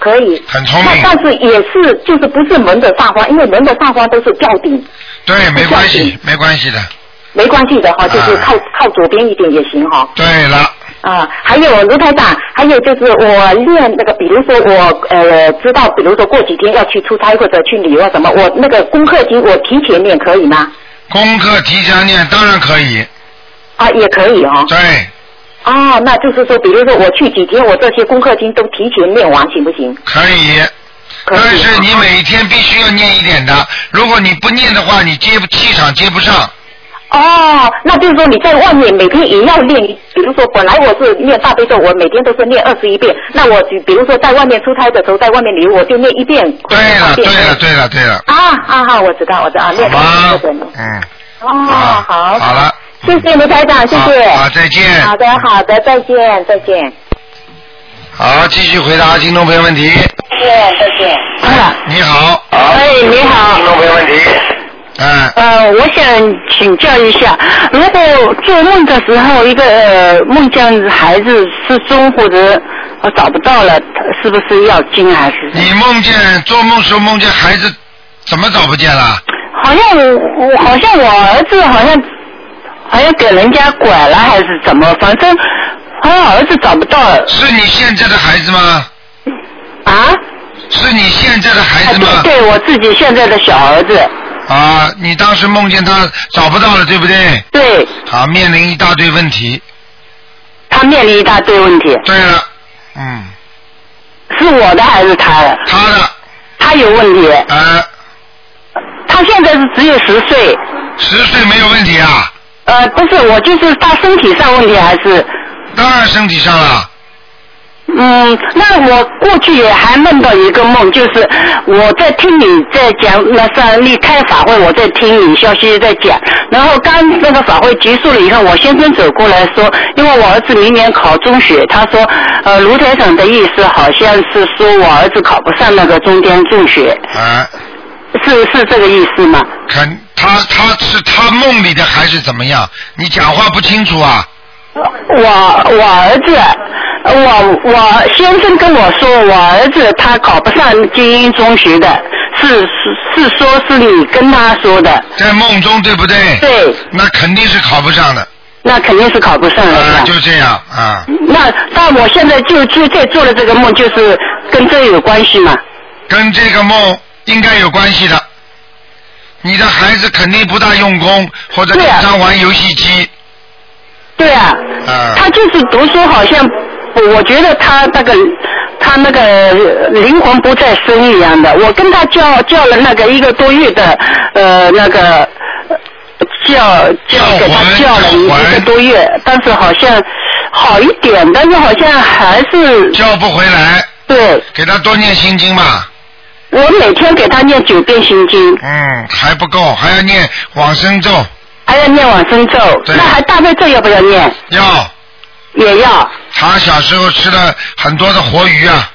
Speaker 8: 可以。
Speaker 2: 很聪
Speaker 8: 那
Speaker 2: 明
Speaker 8: 但是也是就是不是门的上方，因为门的上方都是吊顶，
Speaker 2: 对，没关
Speaker 8: 这
Speaker 2: 系
Speaker 8: 样，
Speaker 2: 没关系的。
Speaker 8: 没关系的哈，就是
Speaker 2: 啊
Speaker 8: 靠、靠左边一点也行哈。
Speaker 2: 对了，
Speaker 8: 啊，还有卢台长，还有就是我练那个，比如说我呃知道，比如说过几天要去出差或者去旅游什么，我那个功课经我提前练可以吗？
Speaker 2: 功课提前念当然可以，
Speaker 8: 啊，也可以哦。
Speaker 2: 对，啊
Speaker 8: 哦，那就是说，比如说我去几天，我这些功课经都提前练完，行不行？
Speaker 2: 可以。
Speaker 8: 可以
Speaker 2: 但是你每一天必须要念一点的，如果你不念的话，你接不气场接不上。
Speaker 8: 哦，那就是说你在外面每天也要练，比如说本来我是练大悲咒，我每天都是练二十一遍，那我就比如说在外面出差的时候，在外面旅游我就练一遍。
Speaker 2: 对了，对了，对了，对了，
Speaker 8: 啊啊好，我知道，我知道，
Speaker 2: 好
Speaker 8: 练
Speaker 2: 吗
Speaker 8: 功课的。？
Speaker 2: 嗯，
Speaker 8: 哦，
Speaker 2: 啊
Speaker 8: 好，
Speaker 2: 好了
Speaker 8: 谢谢卢台长，谢谢。
Speaker 2: 好好再见
Speaker 8: 好的，好的，再见，再见。
Speaker 2: 好，继续回答听众朋友问题。
Speaker 8: 再见，再见。
Speaker 2: 你好，
Speaker 6: 哎，你好，
Speaker 2: 哎，
Speaker 6: 呃，我想请教一下，如果做梦的时候，一个、呃、梦见孩子失踪或者呃找不到了，是不是要经还是？
Speaker 2: 你梦见做梦时候梦见孩子怎么找不见了？
Speaker 6: 好像我我好像我儿子好像好像给人家拐了还是怎么，反正好像儿子找不到了
Speaker 2: 是你现在的孩子吗？
Speaker 6: 啊。
Speaker 2: 是你现在的孩
Speaker 6: 啊
Speaker 2: 子
Speaker 6: 对
Speaker 2: 吗？
Speaker 6: 对，我自己现在的小儿子，
Speaker 2: 啊，你当时梦见他找不到了，对不对？
Speaker 6: 对
Speaker 2: 好，面临一大堆问题。
Speaker 6: 他面临一大堆问题，
Speaker 2: 对了，嗯，
Speaker 6: 是我的还是他的？
Speaker 2: 他的
Speaker 6: 他有问题，
Speaker 2: 呃
Speaker 6: 他现在是只有十岁，
Speaker 2: 十岁没有问题啊，
Speaker 6: 呃，不是，我就是他身体上问题还是，
Speaker 2: 当然身体上了。
Speaker 6: 嗯，那我过去也还梦到一个梦，就是我在听你在讲那上例开法会，我在听你消息在讲，然后刚那个法会结束了以后，我先生走过来说，因为我儿子明年考中学，他说，呃，卢台长的意思好像是说我儿子考不上那个中间中学，
Speaker 2: 啊，
Speaker 6: 是是这个意思吗？
Speaker 2: 看他他是他梦里的还是怎么样？你讲话不清楚啊？
Speaker 6: 我我儿子，我我先生跟我说，我儿子他考不上精英中学的，是是是说是你跟他说的，
Speaker 2: 在梦中对不对？
Speaker 6: 对，
Speaker 2: 那肯定是考不上的，
Speaker 6: 那肯定是考不上了。是
Speaker 2: 啊，
Speaker 6: 吧
Speaker 2: 就这样啊，
Speaker 6: 那但我现在就就在做的这个梦，就是跟这有关系嘛？
Speaker 2: 跟这个梦应该有关系的。你的孩子肯定不大用功，或者经
Speaker 6: 对啊
Speaker 2: 常玩游戏机，
Speaker 6: 对啊，
Speaker 2: 啊
Speaker 6: 他就是读书好像，我觉得他那个他那个灵魂不在身一样的。我跟他叫叫了那个一个多月的呃那个呃叫叫
Speaker 2: 叫
Speaker 6: 给他
Speaker 2: 魂
Speaker 6: 叫了一
Speaker 2: 叫魂
Speaker 6: 一个多月，但是好像好一点，但是好像还是
Speaker 2: 叫不回来，
Speaker 6: 对。
Speaker 2: 给他多念心经嘛。
Speaker 6: 我每天给他念九遍心经，
Speaker 2: 嗯，还不够，还要念往生咒，
Speaker 6: 还要念往生咒，
Speaker 2: 对
Speaker 6: 那还大悲咒要不要念？
Speaker 2: 要。
Speaker 6: 也要。
Speaker 2: 他小时候吃了很多的活鱼啊，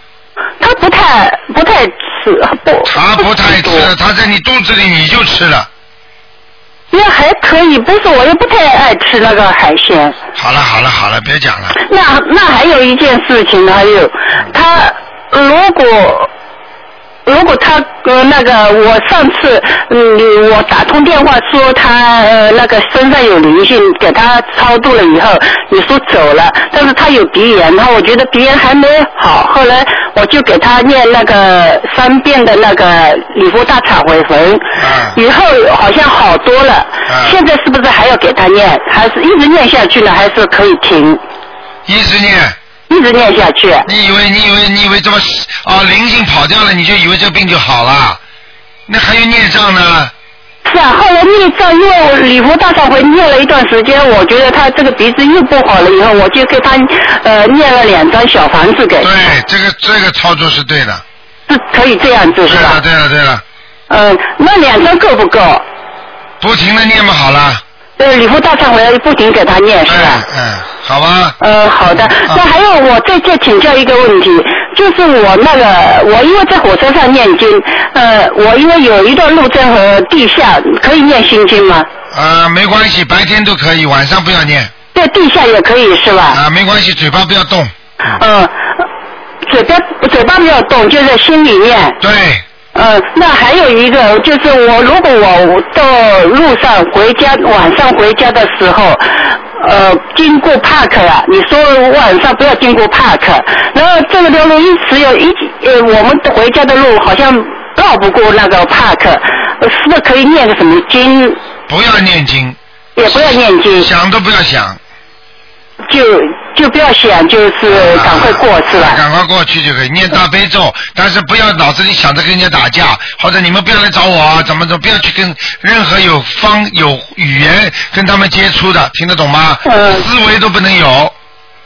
Speaker 6: 他不太不太吃不。
Speaker 2: 他不太
Speaker 6: 多。
Speaker 2: 吃了，他在你肚子里你就吃了。
Speaker 6: 那还可以，不是我又不太爱吃那个海鲜。
Speaker 2: 好了好了好了，别讲了，
Speaker 6: 那那还有一件事情，还有他如果如果他呃那个我上次嗯我打通电话说他呃那个身上有灵性，给他超度了以后，你说走了，但是他有鼻炎，然后我觉得鼻炎还没好，后来我就给他念那个三遍的那个礼佛大忏悔文，
Speaker 2: 嗯
Speaker 6: 以后好像好多了，
Speaker 2: 嗯
Speaker 6: 现在是不是还要给他念，还是一直念下去呢，还是可以停？
Speaker 2: 一直念。
Speaker 6: 一直念下去。
Speaker 2: 你以为你以为你以为这么啊灵性跑掉了，你就以为这病就好了？那还有孽障呢？
Speaker 6: 是啊，后来念照，因为我礼佛大忏悔念了一段时间，我觉得他这个鼻子又不好了，以后我就给他呃念了两张小房子给，
Speaker 2: 对，这个这个操作是对的。
Speaker 6: 是可以这样子
Speaker 2: 对
Speaker 6: 是
Speaker 2: 了
Speaker 6: 吧？
Speaker 2: 对了对了，
Speaker 6: 嗯、那两张够不够？
Speaker 2: 不停的念嘛好了。
Speaker 8: 呃，礼佛大忏悔不停给他念是啊吧？
Speaker 2: 嗯，好吧。
Speaker 8: 呃，好的。
Speaker 2: 啊
Speaker 8: 那还有，我再再请教一个问题，就是我那个，我因为在火车上念经，呃，我因为有一段路在和地下，可以念心经吗？
Speaker 2: 呃，没关系，白天都可以，晚上不要念。
Speaker 8: 在地下也可以是吧？
Speaker 2: 啊，没关系，嘴巴不要动。
Speaker 8: 嗯，嘴巴嘴巴没有动，就在心里面。
Speaker 2: 对。
Speaker 8: 呃，那还有一个就是我，如果我到路上回家，晚上回家的时候，呃，经过 park 啊，你说晚上不要经过 park，然后这个条路一直有一呃，我们回家的路好像绕不过那个 park，呃是不是可以念个什么经？
Speaker 2: 不要念经。
Speaker 8: 也不要念经。
Speaker 2: 想都不要想。
Speaker 8: 就就不要想，
Speaker 2: 啊
Speaker 8: 就是赶快过是吧？
Speaker 2: 赶快过去就可以念大悲咒，但是不要脑子里想着跟人家打架，或者你们不要来找我啊，怎么怎么，不要去跟任何有方有语言跟他们接触的，听得懂吗？思维都不能有。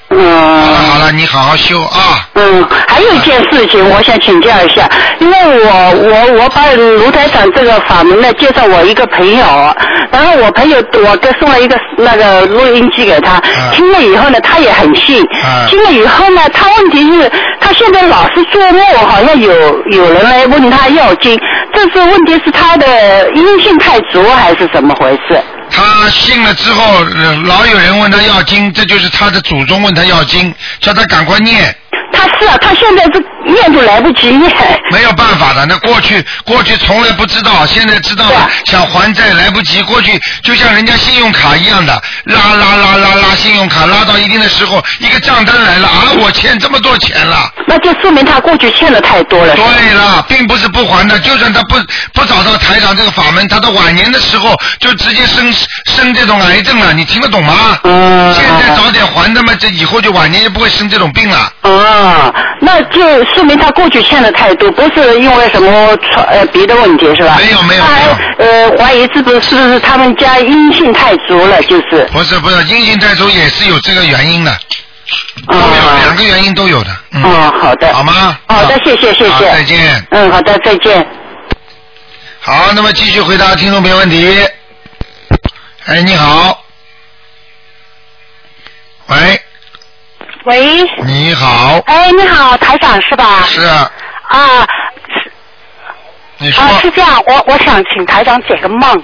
Speaker 8: 嗯。
Speaker 2: 好了好了，你好好修啊。
Speaker 8: 嗯，还有一件事情，我想请教一下，因为我我我把卢台长这个法门呢介绍我一个朋友，然后我朋友我给送了一个那个录音机给他，
Speaker 2: 啊
Speaker 8: 听了以后呢，他也很信，听了以后呢，他问题是，他现在老是做梦，好像有有人来问他要经，这是问题是他的阴性太足还是怎么回事？
Speaker 2: 他信了之后，呃老有人问他要经，这就是他的祖宗问他要经，叫他赶快念。
Speaker 8: 他是啊，他现在是念都来不及念。
Speaker 2: 没有办法的，那过去过去从来不知道，现在知道了，想还债来不及。过去就像人家信用卡一样的，拉拉拉拉拉信用卡，拉到一定的时候，一个账单来了啊，我欠这么多钱了。
Speaker 8: 那就说明他过去欠的太 多了。
Speaker 2: 对了，并不是不还的，就算他不不找到台长这个法门，他到晚年的时候就直接生生这种癌症了，你听得懂吗？
Speaker 8: 嗯。
Speaker 2: 现在早点还，那么这以后就晚年也不会生这种病了。
Speaker 8: 啊，那就说明他过去欠的太多，不是因为什么传呃别的问题是吧？
Speaker 2: 没有没有
Speaker 8: 他
Speaker 6: 哎
Speaker 8: 还呃怀疑是不是是不是他们家阴性太足了，就是
Speaker 2: 不是不是，阴性太足也是有这个原因的，都有
Speaker 6: 哦
Speaker 2: 两个原因都有的。嗯，
Speaker 8: 嗯哦好的，
Speaker 2: 好吗？
Speaker 8: 好的，谢谢谢
Speaker 2: 好
Speaker 8: 谢，
Speaker 2: 再见。
Speaker 8: 嗯，好的，再见。
Speaker 2: 好，那么继续回答听众朋友问题。哎，你好。喂，
Speaker 6: 喂，
Speaker 2: 你好，
Speaker 6: 哎，你好，台长是吧？
Speaker 2: 是啊，
Speaker 6: 啊，
Speaker 2: 你
Speaker 6: 啊，是这样，我我想请台长解个梦。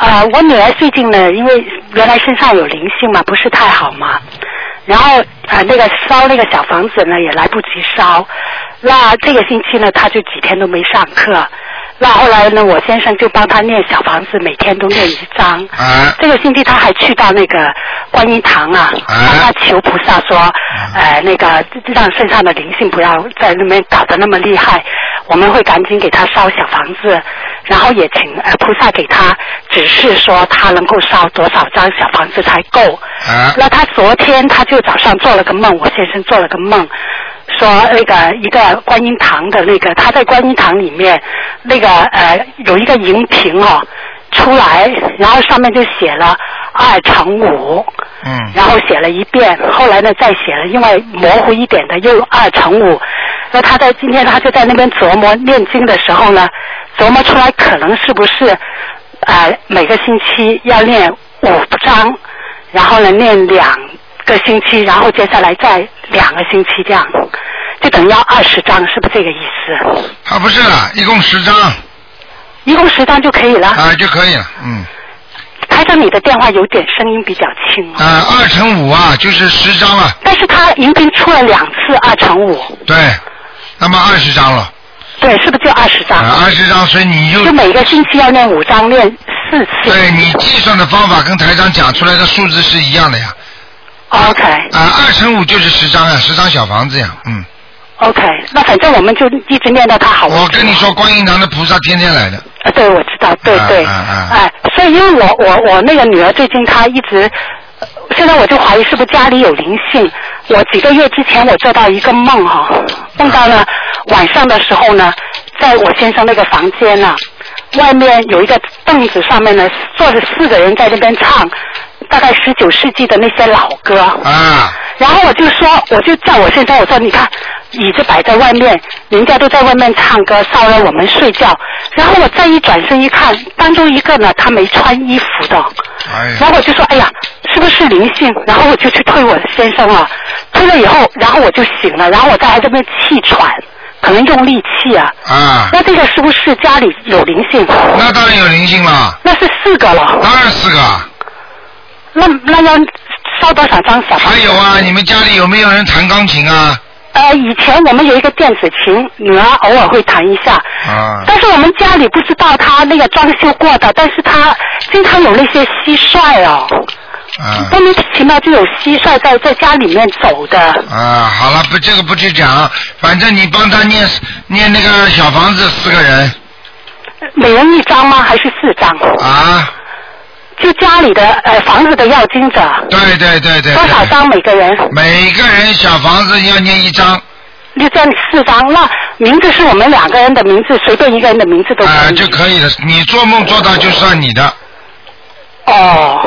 Speaker 6: 呃，我女儿最近呢，因为原来身上有灵性嘛，不是太好嘛，然后呃那个烧那个小房子呢也来不及烧，那这个星期呢她就几天都没上课，那后来呢我先生就帮她念小房子，每天都念一张，
Speaker 2: 啊、
Speaker 6: 这个星期她还去到那个观音堂啊，帮她求菩萨说，呃那个让身上的灵性不要在那边搞得那么厉害，我们会赶紧给她烧小房子，然后也请呃菩萨给她指示说她能够烧多少张小房子才够。
Speaker 2: 啊
Speaker 6: 那她昨天她就早上做了个梦，我先生做了个梦，说那个一个观音堂的那个她在观音堂里面那个呃有一个荧屏哦出来，然后上面就写了二乘五。
Speaker 2: 嗯
Speaker 6: 然后写了一遍，后来呢再写了，因为模糊一点的又二乘五。那他在今天他就在那边琢磨念经的时候呢，琢磨出来可能是不是呃每个星期要念五章，然后呢念两个星期，然后接下来再两个星期这样，就等于要二十章，是不是这个意思？
Speaker 2: 啊不是了，一共十张
Speaker 6: 一共十章就可以了。
Speaker 2: 啊就可以了，嗯，
Speaker 6: 台长，你的电话有点声音比较轻哦，
Speaker 2: 啊二乘五啊就是十张了，
Speaker 6: 但是他荧屏出了两次二乘五。
Speaker 2: 对，那么二十张了，
Speaker 6: 对，是不是就二十张？
Speaker 2: 啊二十张，所以你就
Speaker 6: 就每个星期要念五张，念四次。
Speaker 2: 对你计算的方法跟台长讲出来的数字是一样的呀。
Speaker 6: OK。
Speaker 2: 啊二乘五就是十张啊，十张小房子呀，嗯。
Speaker 6: OK，那反正我们就一直念到他好。
Speaker 2: 我跟你说，观音堂的菩萨天天来的。
Speaker 6: 呃对，我知道，对
Speaker 2: 啊
Speaker 6: 对。
Speaker 2: 啊啊
Speaker 6: 哎，所以因为我我我那个女儿最近她一直，呃现在我就怀疑是不是家里有灵性。我几个月之前我做到一个梦哈、梦到呢晚上的时候呢，在我先生那个房间呢、外面有一个凳子上面呢坐着四个人在那边唱，大概十九世纪的那些老歌。
Speaker 2: 啊。
Speaker 6: 然后我就说，我就叫我先生，我说你看，椅子摆在外面，人家都在外面唱歌，骚扰我们睡觉。然后我再一转身一看，当中一个呢，他没穿衣服的，
Speaker 2: 哎呀
Speaker 9: 然后我就说，哎呀，是不是灵性？然后我就去推我的先生了，推了以后，然后我就醒了，然后我在还这边气喘，可能用力气啊。
Speaker 2: 啊，
Speaker 9: 那这个是不是家里有灵性？
Speaker 2: 那当然有灵性了，
Speaker 9: 那是四个了，
Speaker 2: 当然四个。
Speaker 9: 那那要烧多少张小？
Speaker 2: 还有啊，你们家里有没有人弹钢琴啊？
Speaker 9: 呃，以前我们有一个电子琴，女儿偶尔会弹一下，
Speaker 2: 啊，
Speaker 9: 但是我们家里不知道她那个装修过的，但是她经常有那些蟋蟀哦，
Speaker 2: 啊
Speaker 9: 莫名其妙就有蟋蟀在在家里面走的。
Speaker 2: 啊，好了，不这个不去讲，反正你帮他念念那个小房子四个人
Speaker 9: 每人一张吗？还是四张？
Speaker 2: 啊，
Speaker 9: 就家里的呃房子的要经者，
Speaker 2: 对对对对
Speaker 9: 多少
Speaker 2: 对，
Speaker 9: 张每个人？
Speaker 2: 每个人小房子要念一张，
Speaker 9: 就这样四张。那名字是我们两个人的名字，随便一个人的名字都可以。
Speaker 2: 啊就可以了。你做梦做到就算你的，
Speaker 9: 哦，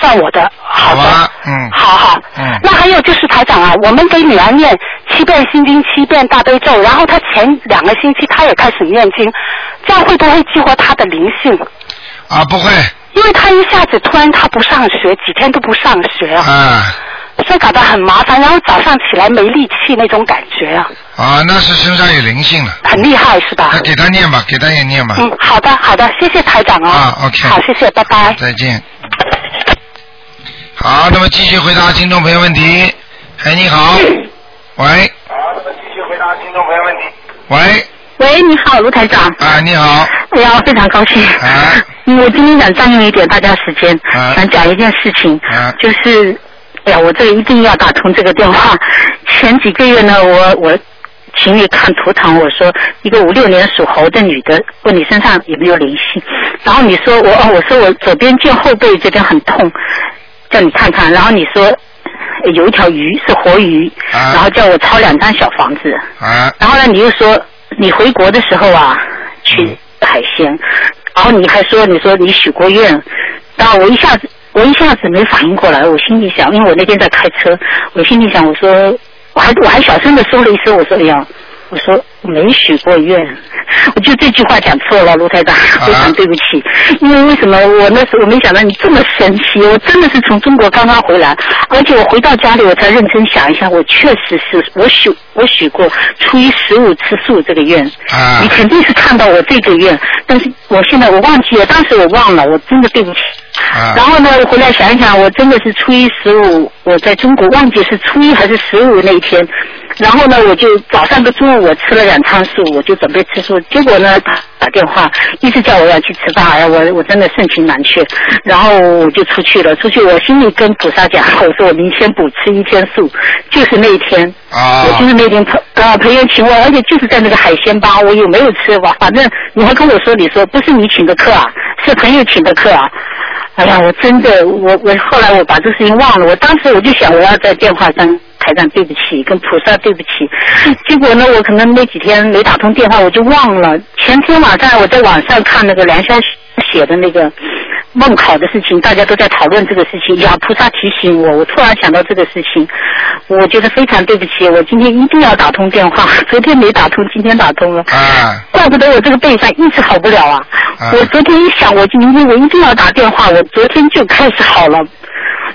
Speaker 9: 算我的，好的，
Speaker 2: 好吧？嗯，
Speaker 9: 好好。
Speaker 2: 嗯
Speaker 9: 那还有就是台长啊，我们给女儿念七遍心经，七遍大悲咒，然后她前两个星期她也开始念经，这样会不会激活她的灵性？
Speaker 2: 啊，不会
Speaker 9: 因为她一下子突然她不上学，几天都不上学啊，
Speaker 2: 啊
Speaker 9: 所以搞得很麻烦，然后早上起来没力气那种感觉啊，
Speaker 2: 啊，那是身上有灵性了，
Speaker 9: 很厉害是吧
Speaker 2: 那？给他念吧，给他也念吧。
Speaker 9: 嗯，好的好的，谢谢台长哦。
Speaker 2: 啊，OK
Speaker 9: 好，谢谢，拜拜。
Speaker 2: 再见。好，那么继续回答听众朋友问题。哎，你好，
Speaker 8: 嗯
Speaker 2: 喂。好，那么继续回答听众朋友问题。
Speaker 8: 喂，你好，卢台长。
Speaker 2: 喂，啊，你好，
Speaker 8: 哎呀，我非常高兴。
Speaker 2: 啊
Speaker 8: 我今天想占用一点大家时间，
Speaker 2: 啊
Speaker 8: 想讲一件事情，
Speaker 2: 啊
Speaker 8: 就是，哎呀，我这个一定要打通这个电话。前几个月呢，我我情侣看图腾，我说一个五六年属猴的女的，问你身上有没有灵性，然后你说我哦，我说我左边肩后背这边很痛，叫你看看，然后你说呃有一条鱼是活鱼，
Speaker 2: 啊
Speaker 8: 然后叫我抄两张小房子。
Speaker 2: 啊，
Speaker 8: 然后呢，你又说你回国的时候啊，去海鲜，然后你还说你说你许过愿，然后我一下子我一下子没反应过来，我心里想，因为我那天在开车，我心里想，我说我还我还小声的说了一声，我说哎呀。我说我没许过愿，我就这句话讲错了，卢台长，非常对不起。因为为什么我那时候我没想到你这么神奇，我真的是从中国刚刚回来，而且我回到家里我才认真想一想，我确实是我许我许过初一十五吃素这个愿，
Speaker 2: 啊
Speaker 8: 你肯定是看到我这个愿，但是我现在我忘记了，当时我忘了，我真的对不起。
Speaker 2: 啊
Speaker 8: 然后呢，我回来想一想，我真的是初一十五，我在中国忘记是初一还是十五那一天。然后呢，我就早上跟中午我吃了两餐素，我就准备吃素。结果呢，打电话一直叫我要去吃饭，哎呀，我我真的盛情难却。然后我就出去了，出去我心里跟菩萨讲，我说我明天补吃一天素，就是那一天。
Speaker 2: 啊
Speaker 8: 我就是那天朋呃朋友请我，而且就是在那个海鲜吧，我有没有吃吧？反正你还跟我说，你说不是你请的客啊，是朋友请的客啊。哎呀，我真的，我我后来我把这事情忘了，我当时我就想我要在电话上台上对不起，跟菩萨对不起。结果呢，我可能那几天没打通电话，我就忘了。前天晚上我在网上看那个梁山写的那个梦考的事情，大家都在讨论这个事情。呀，菩萨提醒我，我突然想到这个事情，我觉得非常对不起，我今天一定要打通电话。 昨天没打通，今天打通了。
Speaker 2: 啊
Speaker 8: 怪不得我这个背上一直好不了啊！
Speaker 2: 啊
Speaker 8: 我昨天一想，我就明天我一定要打电话，我昨天就开始好了。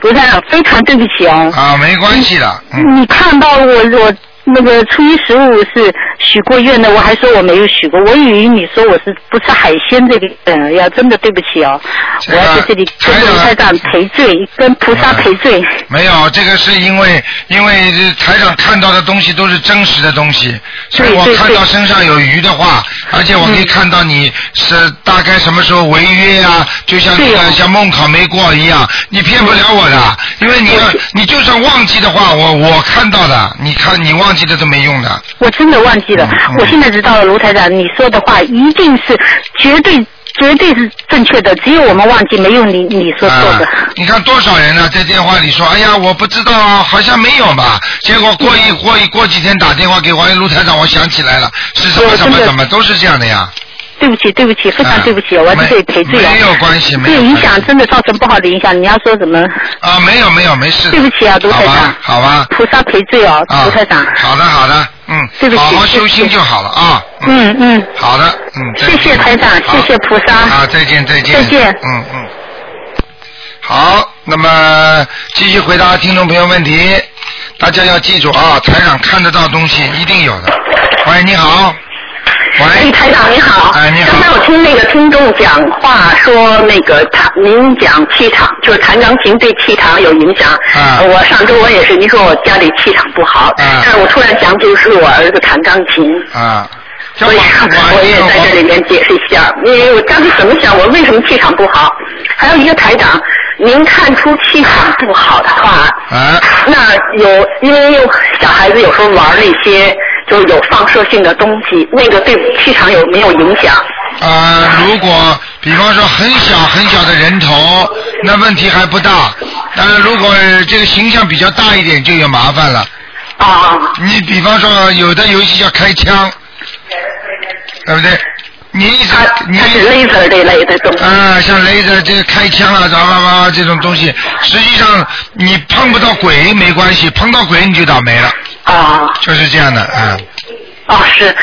Speaker 8: 罗站长，非常对不起啊！
Speaker 2: 啊，没关系的，嗯，
Speaker 8: 你看到我我那个初一十五是许过愿的，我还说我没有许过，我以为你说我是不吃海鲜这个，嗯，呀，真的对不起哦，
Speaker 2: 这
Speaker 8: 我
Speaker 2: 个
Speaker 8: 要在这里跟
Speaker 2: 台长
Speaker 8: 卢台长赔罪，跟菩萨赔罪。
Speaker 2: 没有，这个是因为因为这台长看到的东西都是真实的东西，所以
Speaker 8: 对
Speaker 2: 我
Speaker 8: 对
Speaker 2: 看到
Speaker 8: 对
Speaker 2: 身上有鱼的话，而且我可以看到你是大概什么时候违约啊，就像那
Speaker 8: 对
Speaker 2: 个
Speaker 8: 哦
Speaker 2: 像梦考没过一样，你骗不了我的，因为你要你就算忘记的话，我我看到的，你看你忘记的都没用的，
Speaker 8: 我真的忘记了
Speaker 2: 嗯嗯，
Speaker 8: 我现在知道了，卢台长，你说的话一定是绝对。绝对是正确的，只有我们忘记，没有你你说错的。
Speaker 2: 啊。你看多少人呢，在电话里说，哎呀，我不知道啊，好像没有吧。结果过
Speaker 8: 嗯
Speaker 2: 一过一过几天打电话给王一卢台长，我想起来了，是什么
Speaker 8: 对
Speaker 2: 什么
Speaker 8: 真的
Speaker 2: 什么，都是这样的呀。
Speaker 8: 对不起，对不起，非常
Speaker 2: 啊
Speaker 8: 对不起，我要在这里赔罪啊
Speaker 2: 没没有关系没有
Speaker 8: 对影
Speaker 2: 关
Speaker 8: 响
Speaker 2: 系
Speaker 8: 真的造成不好的影响，你要说什么？
Speaker 2: 啊，没有没有，没事的。
Speaker 8: 对不起啊卢台长
Speaker 2: 好吧，
Speaker 8: 菩萨赔罪哦
Speaker 2: 好，吧，啊，
Speaker 8: 卢台长。
Speaker 2: 好的好的，嗯，
Speaker 8: 对不起
Speaker 2: 好好
Speaker 8: 对
Speaker 2: 修
Speaker 8: 不起
Speaker 2: 心就好了啊。
Speaker 8: 嗯嗯，
Speaker 2: 好的，嗯，再见
Speaker 8: 谢谢台长
Speaker 2: 好
Speaker 8: 谢谢菩萨
Speaker 2: 啊，再见，再见，
Speaker 8: 再见
Speaker 2: 嗯嗯。好，那么继续回答听众朋友问题。大家要记住啊，台长看得到东西一定有的。喂，你好。喂，
Speaker 8: 台长你好。
Speaker 2: 哎，你好。
Speaker 8: 刚才我听那个听众讲话说，那个他您讲气场，就是谭钢琴对气场有影响。
Speaker 2: 啊
Speaker 8: 我上周我也是，您说我家里气场不好，但是我突然想起是我儿子弹钢琴，
Speaker 2: 啊，
Speaker 8: 所以哎我也在这里面解释一下，因为我当时怎么想，我为什么气场不好？还有一个台长，您看出气场不好的话，
Speaker 2: 啊，
Speaker 8: 那有因为有小孩子有时候玩那些就是有放射性的东西，那个对气场有没有影响？
Speaker 2: 呃，如果比方说很小很小的人头，那问题还不大。但是如果这个形象比较大一点，就有麻烦了。
Speaker 8: 啊。
Speaker 2: 你比方说，有的游戏叫开枪，对不对？你一直你是
Speaker 8: 啊 laser 这类的东
Speaker 2: 西啊，像 laser 这个开枪啊，叭叭叭这种东西，实际上你碰不到鬼没关系，碰到鬼你就倒霉了。
Speaker 8: 啊。
Speaker 2: 就是这样的啊。
Speaker 8: 哦，是，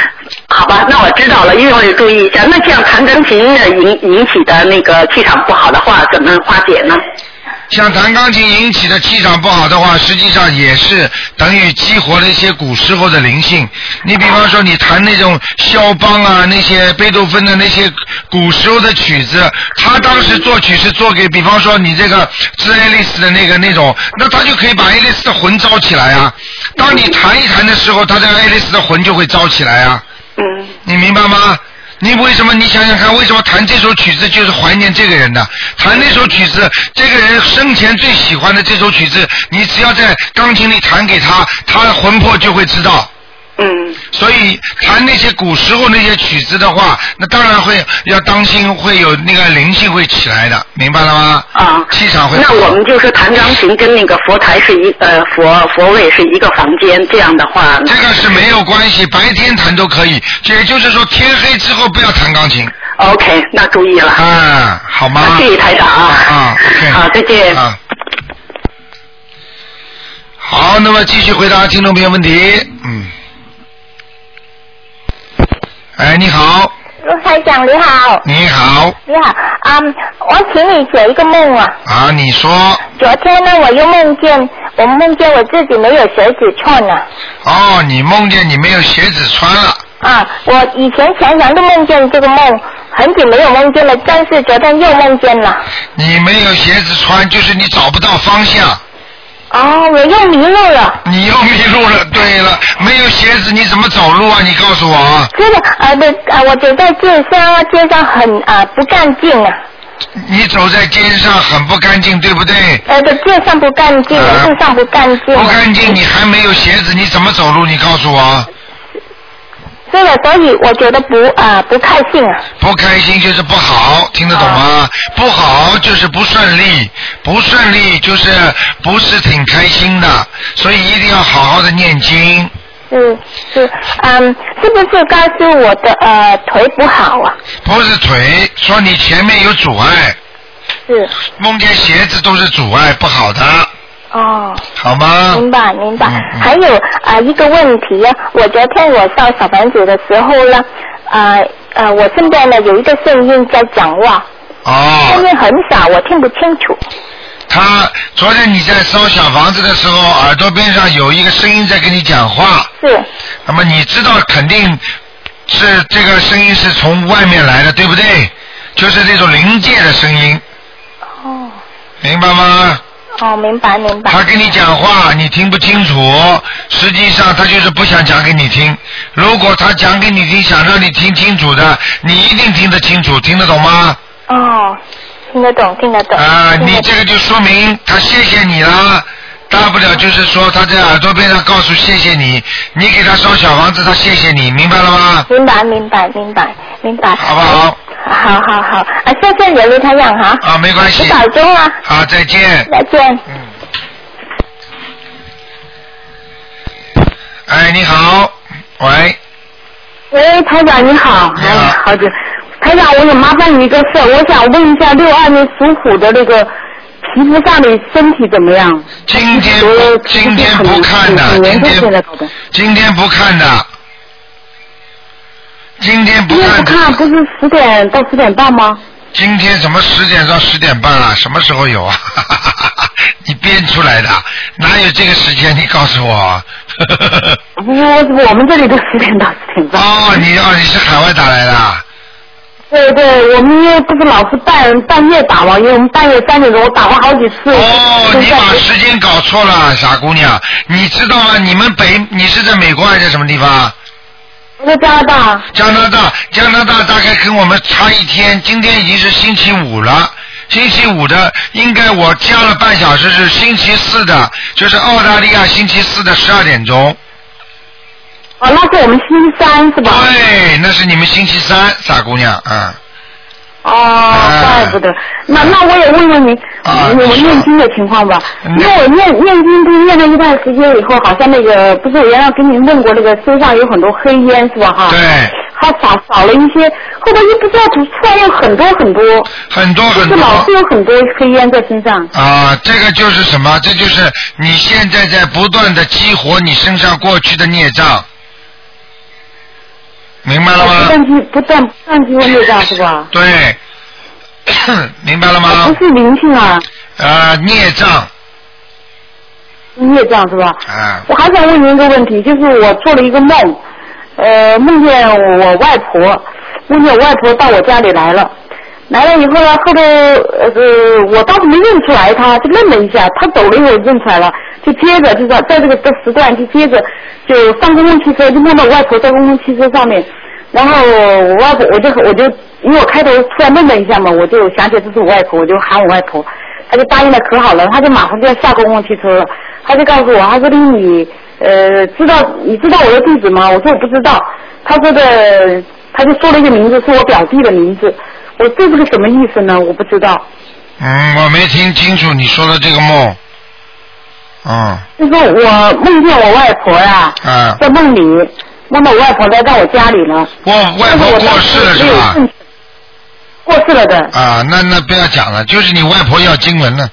Speaker 8: 好吧，那我知道了，因为我也注意一下。那这样弹钢琴的引引起的那个气场不好的话，怎么化解呢？
Speaker 2: 像弹钢琴引起的气场不好的话，实际上也是等于激活了一些古时候的灵性。你比方说，你弹那种肖邦啊，那些贝多芬的那些古时候的曲子，他当时作曲是做给，比方说你这个致爱丽丝的那个那种，那他就可以把爱丽丝的魂招起来啊。当你弹一弹的时候，他这个爱丽丝的魂就会招起来啊。
Speaker 8: 嗯
Speaker 2: 你明白吗？你为什么？你想想看，为什么弹这首曲子就是怀念这个人的？弹那首曲子，这个人生前最喜欢的这首曲子，你只要在钢琴里弹给他，他的魂魄就会知道。
Speaker 8: 嗯。
Speaker 2: 所以弹那些古时候那些曲子的话，那当然会要当心，会有那个灵性会起来的，明白了吗？
Speaker 8: 啊。
Speaker 2: 气场会。
Speaker 8: 那我们就是弹钢琴跟那个佛台是一呃佛佛位是一个房间，这样的话，
Speaker 2: 这个是没有关系，白天弹都可以，也就是说天黑之后不要弹钢琴。
Speaker 8: OK，那注意了。
Speaker 2: 啊，好吗？
Speaker 8: 谢谢台长啊。
Speaker 2: 啊，OK。
Speaker 8: 好再见
Speaker 2: 啊。好，那么继续回答听众朋友问题。嗯。哎，你好，
Speaker 6: 卢台长你好，
Speaker 2: 你好
Speaker 6: 你好，嗯，我请你解一个梦啊。
Speaker 2: 啊，你说
Speaker 6: 昨天呢，我又梦见，我梦见我自己没有鞋子穿了。
Speaker 2: 哦，你梦见你没有鞋子穿了
Speaker 6: 啊，我以前常常都梦见这个梦，很久没有梦见了，但是昨天又梦见了。
Speaker 2: 你没有鞋子穿，就是你找不到方向，
Speaker 6: 哦，我又迷路了。
Speaker 2: 你又迷路了。对了，没有鞋子你怎么走路啊？你告诉我啊，
Speaker 6: 真的，呃，对，呃，我走在街上啊，街上很啊、呃不干净啊，
Speaker 2: 你走在街上很不干净，对不对？啊
Speaker 6: 呃，对，街上不干净，路上不干净。
Speaker 2: 不干净，你还没有鞋子，你怎么走路？你告诉我，
Speaker 6: 是的，所以我觉得不啊、呃不开心啊。
Speaker 2: 不开心就是不好，听得懂吗？不好就是不顺利，不顺利就是不是挺开心的，所以一定要好好的念经。
Speaker 6: 是是，嗯，是不是告诉我的呃腿不好啊？
Speaker 2: 不是腿，说你前面有阻碍，
Speaker 6: 是
Speaker 2: 梦见鞋子都是阻碍，不好的，
Speaker 6: 哦，
Speaker 2: 好吗？
Speaker 6: 明白明白。
Speaker 2: 啊嗯嗯
Speaker 6: 还有啊、呃一个问题啊，我昨天我烧小房子的时候呢，啊呃呃，我身边呢有一个声音在讲话，声
Speaker 2: 哦，
Speaker 6: 音很小，我听不清楚。
Speaker 2: 他昨天你在烧小房子的时候，耳朵边上有一个声音在跟你讲话。
Speaker 6: 是
Speaker 2: 那么你知道肯定是这个声音是从外面来的，对不对？就是那种灵界的声音，
Speaker 6: 哦
Speaker 2: 明白吗？
Speaker 6: 哦，明白明白。
Speaker 2: 他跟你讲话，你听不清楚，实际上他就是不想讲给你听。如果他讲给你听，想让你听清楚的，你一定听得清楚，听得懂吗？
Speaker 6: 哦，听得懂听得懂。
Speaker 2: 啊、
Speaker 6: 听得
Speaker 2: 你
Speaker 6: 懂
Speaker 2: 这个就说明他谢谢你啦。大不了就是说他在耳朵边上告诉谢谢你，你给他烧小房子，他谢谢你，明白了吗？
Speaker 6: 明白明白明白明白。
Speaker 2: 好不好？
Speaker 6: 好好好，啊，谢谢你卢台长哈。
Speaker 2: 啊，没关系
Speaker 6: 你。保重啊，
Speaker 2: 好，再见。
Speaker 6: 再见。
Speaker 2: 哎，你好，喂，
Speaker 10: 喂，台长你好，哎
Speaker 2: 你好，
Speaker 10: 好久，台长，我想麻烦你一个事儿，我想问一下六二年属虎的那个皮肤上的身体怎么样？
Speaker 2: 今天今天不看的，
Speaker 10: 很
Speaker 2: 今
Speaker 10: 严重现在
Speaker 2: 天
Speaker 10: 搞的。
Speaker 2: 今天不看的，今天不
Speaker 10: 今天
Speaker 2: 看
Speaker 10: 不
Speaker 2: 的，
Speaker 10: 看，不是十点到十点半吗？
Speaker 2: 今天什么十点到十点半了？什么时候有啊？ 你编出来的，啊哪有这个时间？你告诉我。
Speaker 8: 不是我我们这里都十点到十点半。
Speaker 2: 哦，你哦你是海外打来的啊？
Speaker 8: 对对，我们因为不是老是半半夜打嘛，因为我们半夜三点钟我打过好几次。
Speaker 2: 哦，你把时间搞错了，傻姑娘，你知道吗？你们北你是在美国还是在什么地方？
Speaker 8: 我在加拿大。
Speaker 2: 加拿大，加拿大大概跟我们差一天，今天已经是星期五了。星期五的应该我加了半小时，是星期四的，就是澳大利亚星期四的十二点钟。
Speaker 8: 哦，那是我们星期三是吧？
Speaker 2: 对，那是你们星期三，傻姑娘，嗯。
Speaker 8: 哦，怪不得。那那我也问问你，我我念经的情况吧。因为我念念经，不是念了一段时间以后，好像那个不是我原来跟您问过，那个身上有很多黑烟是吧？哈。
Speaker 2: 对。
Speaker 8: 它少少了一些，后来又不知道怎么突然有很多很多。
Speaker 2: 很多很
Speaker 8: 就
Speaker 2: 多
Speaker 8: 是老是有很多黑烟在身上。
Speaker 2: 啊，这个就是什么？这就是你现在在不断的激活你身上过去的孽障，明白了
Speaker 8: 我不
Speaker 2: 吗？
Speaker 8: 断去不断不断去问那个是吧？
Speaker 2: 对， 明白了吗？
Speaker 8: 不是灵性啊，
Speaker 2: 啊，孽障，
Speaker 8: 是孽障是吧？
Speaker 2: 啊，
Speaker 8: 我还想问您一个问题，就是我做了一个梦，呃，梦见我外婆，梦见我外婆到我家里来了，来了以后呢，后头呃，我当时没认出来她，就愣了一下，她走了以后我认出来了，就接着就是在这个这时段就接着就上公共汽车，就梦到我外婆在公共汽车上面。然后我外婆，我就我就因为我开头突然愣了一下嘛，我就想起这是我外婆，我就喊我外婆，她就答应的可好了，她就马上就要下公共汽车了，她就告诉我，她说的你呃知道你知道我的地址吗？我说我不知道，她说的她就说了一个名字是我表弟的名字，我说这是个什么意思呢？我不知道，
Speaker 2: 嗯，我没听清楚你说的这个梦，嗯，
Speaker 8: 就是我梦见我外婆呀、
Speaker 2: 啊，
Speaker 8: 在梦里梦到我外婆来到我家里了，
Speaker 2: 我外
Speaker 8: 但是
Speaker 2: 婆
Speaker 8: 我
Speaker 2: 过
Speaker 8: 当
Speaker 2: 世了
Speaker 8: 时
Speaker 2: 是
Speaker 8: 没有
Speaker 2: 吧？
Speaker 8: 认识过世了的。
Speaker 2: 啊，那那不要讲了，就是你外婆要经文了，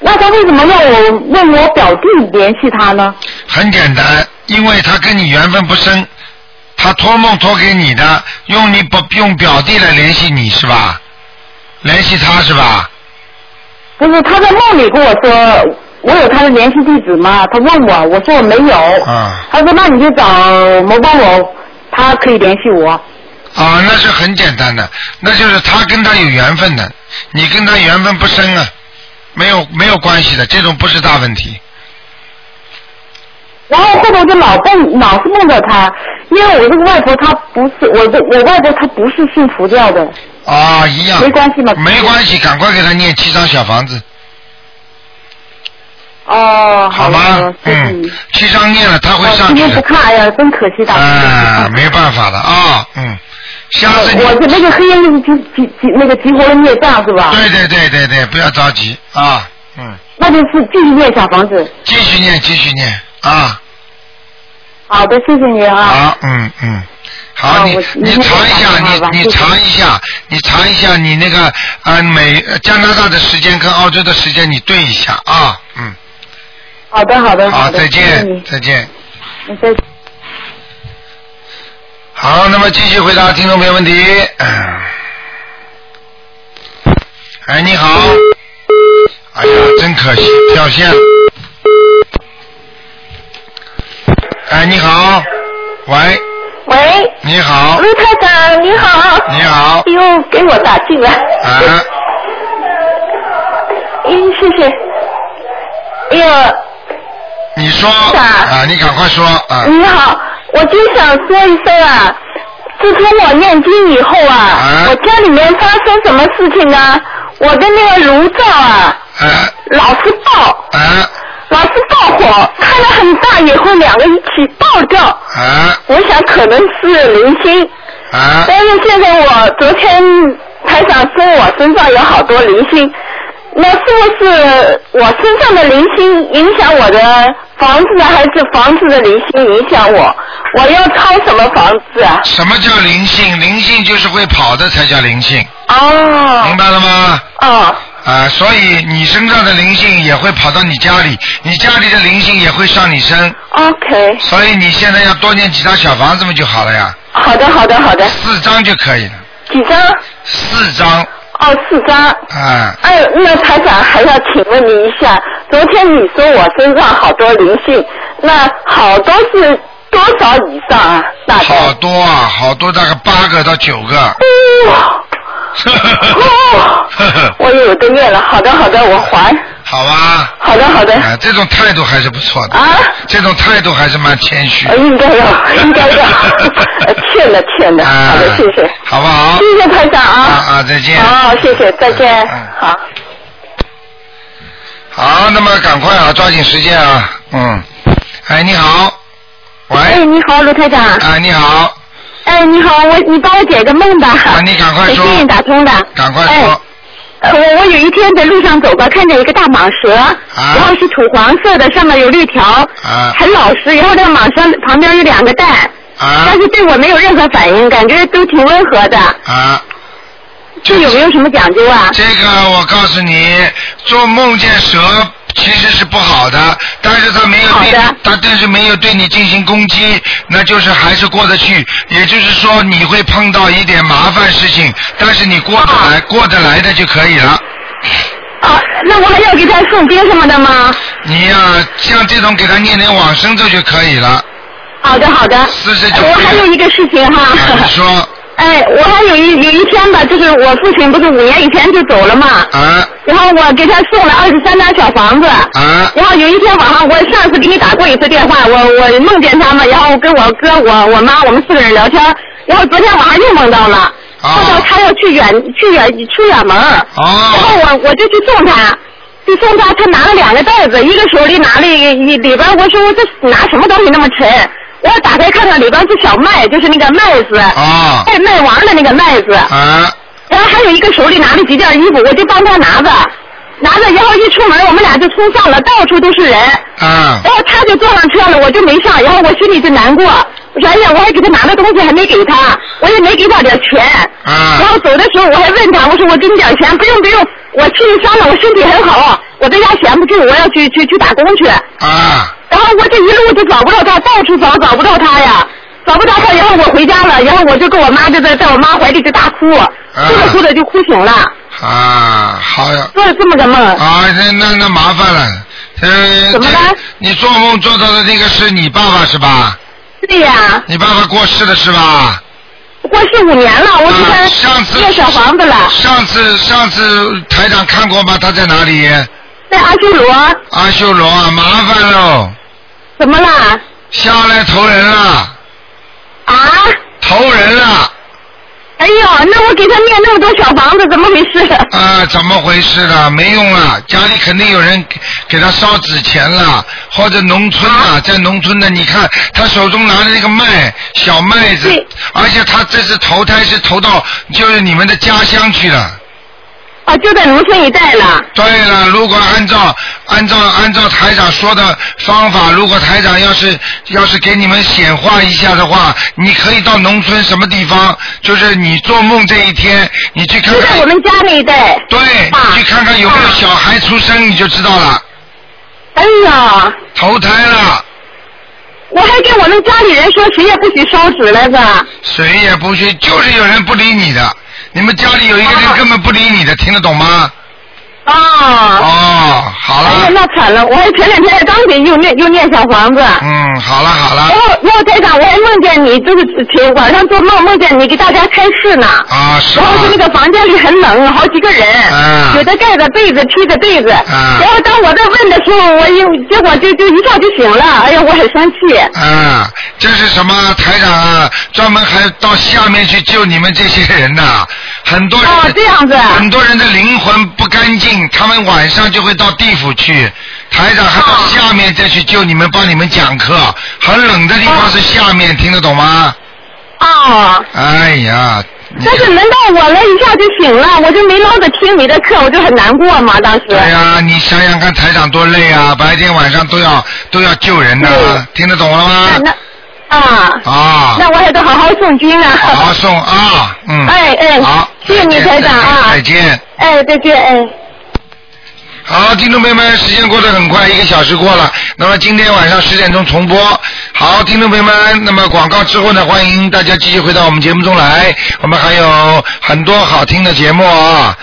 Speaker 8: 那他为什么让我让我表弟联系他呢？
Speaker 2: 很简单，因为她跟你缘分不深，她托梦托给你的，用你表用表弟来联系你是吧？联系他是吧？
Speaker 8: 就是他在梦里跟我说，我有他的联系地址吗？他问我，我说我没有。
Speaker 2: 啊
Speaker 8: 他说那你就找某某某，他可以联系我。
Speaker 2: 啊，那是很简单的，那就是他跟他有缘分的，你跟他缘分不深啊，没有没有关系的，这种不是大问题。
Speaker 8: 然后后头就老梦老是梦到他，因为我这个外婆她不是我这我外婆她不是信佛教的，
Speaker 2: 啊，一样。
Speaker 8: 没关系吗？
Speaker 2: 没关系，赶快给他念七张小房子，
Speaker 8: 哦，
Speaker 2: 好吗？嗯，七张念了，他会
Speaker 8: 我
Speaker 2: 上
Speaker 8: 今
Speaker 2: 去
Speaker 8: 天不
Speaker 2: 的。
Speaker 8: 看，哎呀，真可惜，打不进去
Speaker 2: 啊，没办法了啊，嗯，下次你
Speaker 8: 我这那个黑烟就是激激激那个激活了孽障是吧？
Speaker 2: 对对对对对，不要着急啊，嗯，
Speaker 8: 那就是继续念小房子。
Speaker 2: 继续念，继续念啊，
Speaker 8: 好的，谢谢你啊。
Speaker 2: 好，嗯嗯，
Speaker 8: 啊
Speaker 2: 好，你
Speaker 8: 我
Speaker 2: 你
Speaker 8: 明天
Speaker 2: 查一
Speaker 8: 打
Speaker 2: 下，
Speaker 8: 电话吧
Speaker 2: 你你
Speaker 8: 谢谢
Speaker 2: 查一下，你查一下你那个呃美呃加拿大的时间跟澳洲的时间你对一下啊，嗯，
Speaker 8: 好的，好的，
Speaker 2: 好，
Speaker 8: 的，
Speaker 2: 再
Speaker 8: 谢谢
Speaker 2: 见
Speaker 8: 你，
Speaker 2: 再见。
Speaker 8: 你嗯再见。
Speaker 2: 好，那么继续回答听众朋友问题。嗯哎，你好。哎呀，真可惜，掉线了。哎，你好，喂，
Speaker 6: 喂，
Speaker 2: 你好，
Speaker 6: 卢台长，你好。
Speaker 2: 你好。
Speaker 6: 又哎给我打进来。
Speaker 2: 啊，
Speaker 6: 嗯，谢谢。哎呀，
Speaker 2: 你说啊，你赶快说啊。
Speaker 6: 你好，我就想说一声啊，自从我念经以后啊，我家里面发生什么事情呢？我的那个炉灶啊，老是爆，
Speaker 2: 啊
Speaker 6: 老是爆火，开了很大以后两个一起爆掉，
Speaker 2: 啊
Speaker 6: 我想可能是零星。但是现在我昨天台长说我身上有好多零星，那是不是我身上的零星影响我的房子，还是房子的零星影响我？我要抄什么房子啊？
Speaker 2: 什么叫灵性？灵性就是会跑的才叫灵性。
Speaker 6: 哦。
Speaker 2: 明白了吗？
Speaker 6: 哦。
Speaker 2: 啊，所以你身上的灵性也会跑到你家里，你家里的灵性也会上你身。
Speaker 6: OK。
Speaker 2: 所以你现在要多念几张小房子嘛就好了呀。
Speaker 6: 好的，好的，好的。
Speaker 2: 四张就可以了。
Speaker 8: 几张？
Speaker 2: 四张。
Speaker 8: 哦，四张。
Speaker 2: 啊，
Speaker 8: 哎，那台长还要请问你一下，昨天你说我身上好多灵性，那好多是多少以上啊？大概
Speaker 2: 好多啊，好多，大概八个到九个。
Speaker 6: 哦
Speaker 8: 我有的念了，好的好的，我还。
Speaker 2: 好吧。
Speaker 8: 好的 好的。
Speaker 2: 啊，这种态度还是不错的。
Speaker 8: 啊。
Speaker 2: 这种态度还是蛮谦虚。
Speaker 8: 呃应该 要，应该要， 呃欠的欠的，好的，谢谢，
Speaker 2: 哎啊好不好？
Speaker 8: 谢谢台长
Speaker 2: 啊
Speaker 8: 啊，
Speaker 2: 啊，再见。
Speaker 6: 哦
Speaker 2: 嗯
Speaker 8: 好，谢谢，再见，好。
Speaker 2: 好，那么赶快啊，抓紧时间啊，嗯。哎，你好，喂。哎，
Speaker 6: 你好，卢台长。
Speaker 2: 哎，你好。
Speaker 6: 哎，你好，我你帮我解个梦吧。啊，
Speaker 2: 你赶快
Speaker 6: 说。幸运打通的。
Speaker 2: 赶快
Speaker 6: 说。呃我我有一天在路上走吧，看见一个大蟒蛇，然后是土黄色的，上面有绿条，
Speaker 2: 啊
Speaker 6: 很老实。然后这个蟒蛇旁边有两个蛋，
Speaker 2: 啊
Speaker 6: 但是对我没有任何反应，感觉都挺温和的。
Speaker 2: 啊。
Speaker 6: 这有没有什么讲究啊？
Speaker 2: 这个我告诉你，做梦见蛇其实是不好的，但是他没有对，他但是没有对你进行攻击，那就是还是过得去。也就是说，你会碰到一点麻烦事情，但是你过得
Speaker 6: 啊
Speaker 2: 来，过得来的就可以了。
Speaker 6: 那我还要给他送经什么的吗？
Speaker 2: 你呀、像这种给他念点往生咒就可以了。
Speaker 6: 好的，好的。
Speaker 2: 四十九。
Speaker 6: 我还有一个事情哈。
Speaker 2: 你说。
Speaker 6: 哎，我还有一有一天吧，就是我父亲不是五年以前就走了嘛，
Speaker 2: 啊
Speaker 6: 然后我给他送了二十三张小房子，
Speaker 2: 啊
Speaker 6: 然后有一天晚上，我上次给你打过一次电话，我我梦见他们，然后跟我哥、我我妈，我们四个人聊天，然后昨天晚上又梦到了，
Speaker 2: 啊
Speaker 6: 梦到他要去远去远出远门儿，
Speaker 2: 哦
Speaker 6: 然后我我就去送他。去送他，他拿了两个袋子，一个手里拿了一里边，我说我这拿什么东西那么沉？我打开看看，里边是小麦，就是那个麦子，
Speaker 2: 啊
Speaker 6: 卖卖王的那个麦子。
Speaker 2: 啊
Speaker 6: 然后还有一个手里拿着几件衣服，我就帮他拿着，拿着，然后一出门，我们俩就冲上了，到处都是人。
Speaker 2: 啊
Speaker 6: 然后他就坐上车了，我就没上，然后我心里就难过，我说哎呀，我还给他拿了东西，还没给他，我也没给他点钱。
Speaker 2: 啊
Speaker 6: 然后走的时候我还问他，我说我给你点钱，不用不用，我去商量，我身体很好，我在家闲不住，我要去去去打工去。
Speaker 2: 啊
Speaker 6: 然后我这一路就找不到他，到处找找不到他呀，找不到他，然后我回家了，然后我就跟我妈就在在我妈怀里就大哭，哭着哭着就哭醒了，
Speaker 2: 啊，好呀。
Speaker 6: 做了这么个梦。
Speaker 2: 啊，那那那麻烦了，呃，怎么你做梦做到的那个是你爸爸是吧？
Speaker 6: 对呀、
Speaker 2: 你爸爸过世了是吧？啊
Speaker 6: 过世五年了，我给他
Speaker 2: 上次
Speaker 6: 建小房子了，
Speaker 2: 上次上次台长看过吗？他在哪里？
Speaker 6: 在阿修罗。
Speaker 2: 阿修罗啊，麻烦喽！
Speaker 6: 怎么啦？
Speaker 2: 下来投人了。
Speaker 6: 啊？
Speaker 2: 投人了。
Speaker 6: 哎呦，那我给他念那么多小房子，怎么回事？
Speaker 2: 啊，怎么回事了？没用了，家里肯定有人给给他烧纸钱了，或者农村啊，在农村的，你看他手中拿的那个麦小麦子，而且他这次投胎是投到就是你们的家乡去了。
Speaker 6: 啊，就在农村一带了。
Speaker 2: 对了，如果按照按照按照台长说的方法，如果台长要是要是给你们显化一下的话，你可以到农村什么地方，就是你做梦这一天，你去看看。
Speaker 6: 我们家那一带。
Speaker 2: 对，你去看看有没有小孩出生，你就知道了。
Speaker 6: 哎呀，
Speaker 2: 投胎了，
Speaker 6: 我还跟我们家里人说，谁也不许烧纸来着。
Speaker 2: 谁也不去，就是有人不理你的。你们家里有一个人根本不理你的，听得懂吗？
Speaker 6: 啊。
Speaker 2: 哦，好了。
Speaker 6: 哎呀，那惨了！我还前两天还刚给又念又念小房子，
Speaker 2: 嗯，好了好
Speaker 6: 然
Speaker 2: 了，
Speaker 6: 后然后台长，我还梦见你，就是前晚上做梦梦见你给大家开示呢。
Speaker 2: 啊，是
Speaker 6: 然后就那个房间里很冷，好几个人，
Speaker 2: 啊
Speaker 6: 有的盖着被子，披着被子。
Speaker 2: 啊
Speaker 6: 然后当我在问的时候，我又结果就就一下就醒了，哎呀，我很生气。
Speaker 2: 啊，这是什么台长啊？专门还到下面去救你们这些人呐、很多人
Speaker 6: 哦这样子啊
Speaker 2: 很多人的灵魂不干净，他们晚上就会到地府去。台长还到下面再去救你们，帮你们讲课。很冷的地方是下面，听得懂吗？
Speaker 6: 哦，
Speaker 2: 哎呀，你
Speaker 6: 但是轮到我了，一下就醒了，我就没捞着听你的课，我就很难过嘛，当时。
Speaker 2: 对呀、你想想看，台长多累啊，白天晚上都要都要救人呐、听得懂了吗？
Speaker 6: 啊。
Speaker 2: 啊。
Speaker 6: 那我还得好好诵经啊。
Speaker 2: 好好送啊，嗯。
Speaker 6: 哎哎
Speaker 2: 好，
Speaker 6: 谢谢你
Speaker 2: 再见
Speaker 6: 台长啊
Speaker 2: 再见。再见
Speaker 6: 哎，再见，哎。
Speaker 2: 好，听众朋友们，时间过得很快，一个小时过了。那么今天晚上十点钟重播。好，听众朋友们，那么广告之后呢，欢迎大家继续回到我们节目中来，我们还有很多好听的节目啊。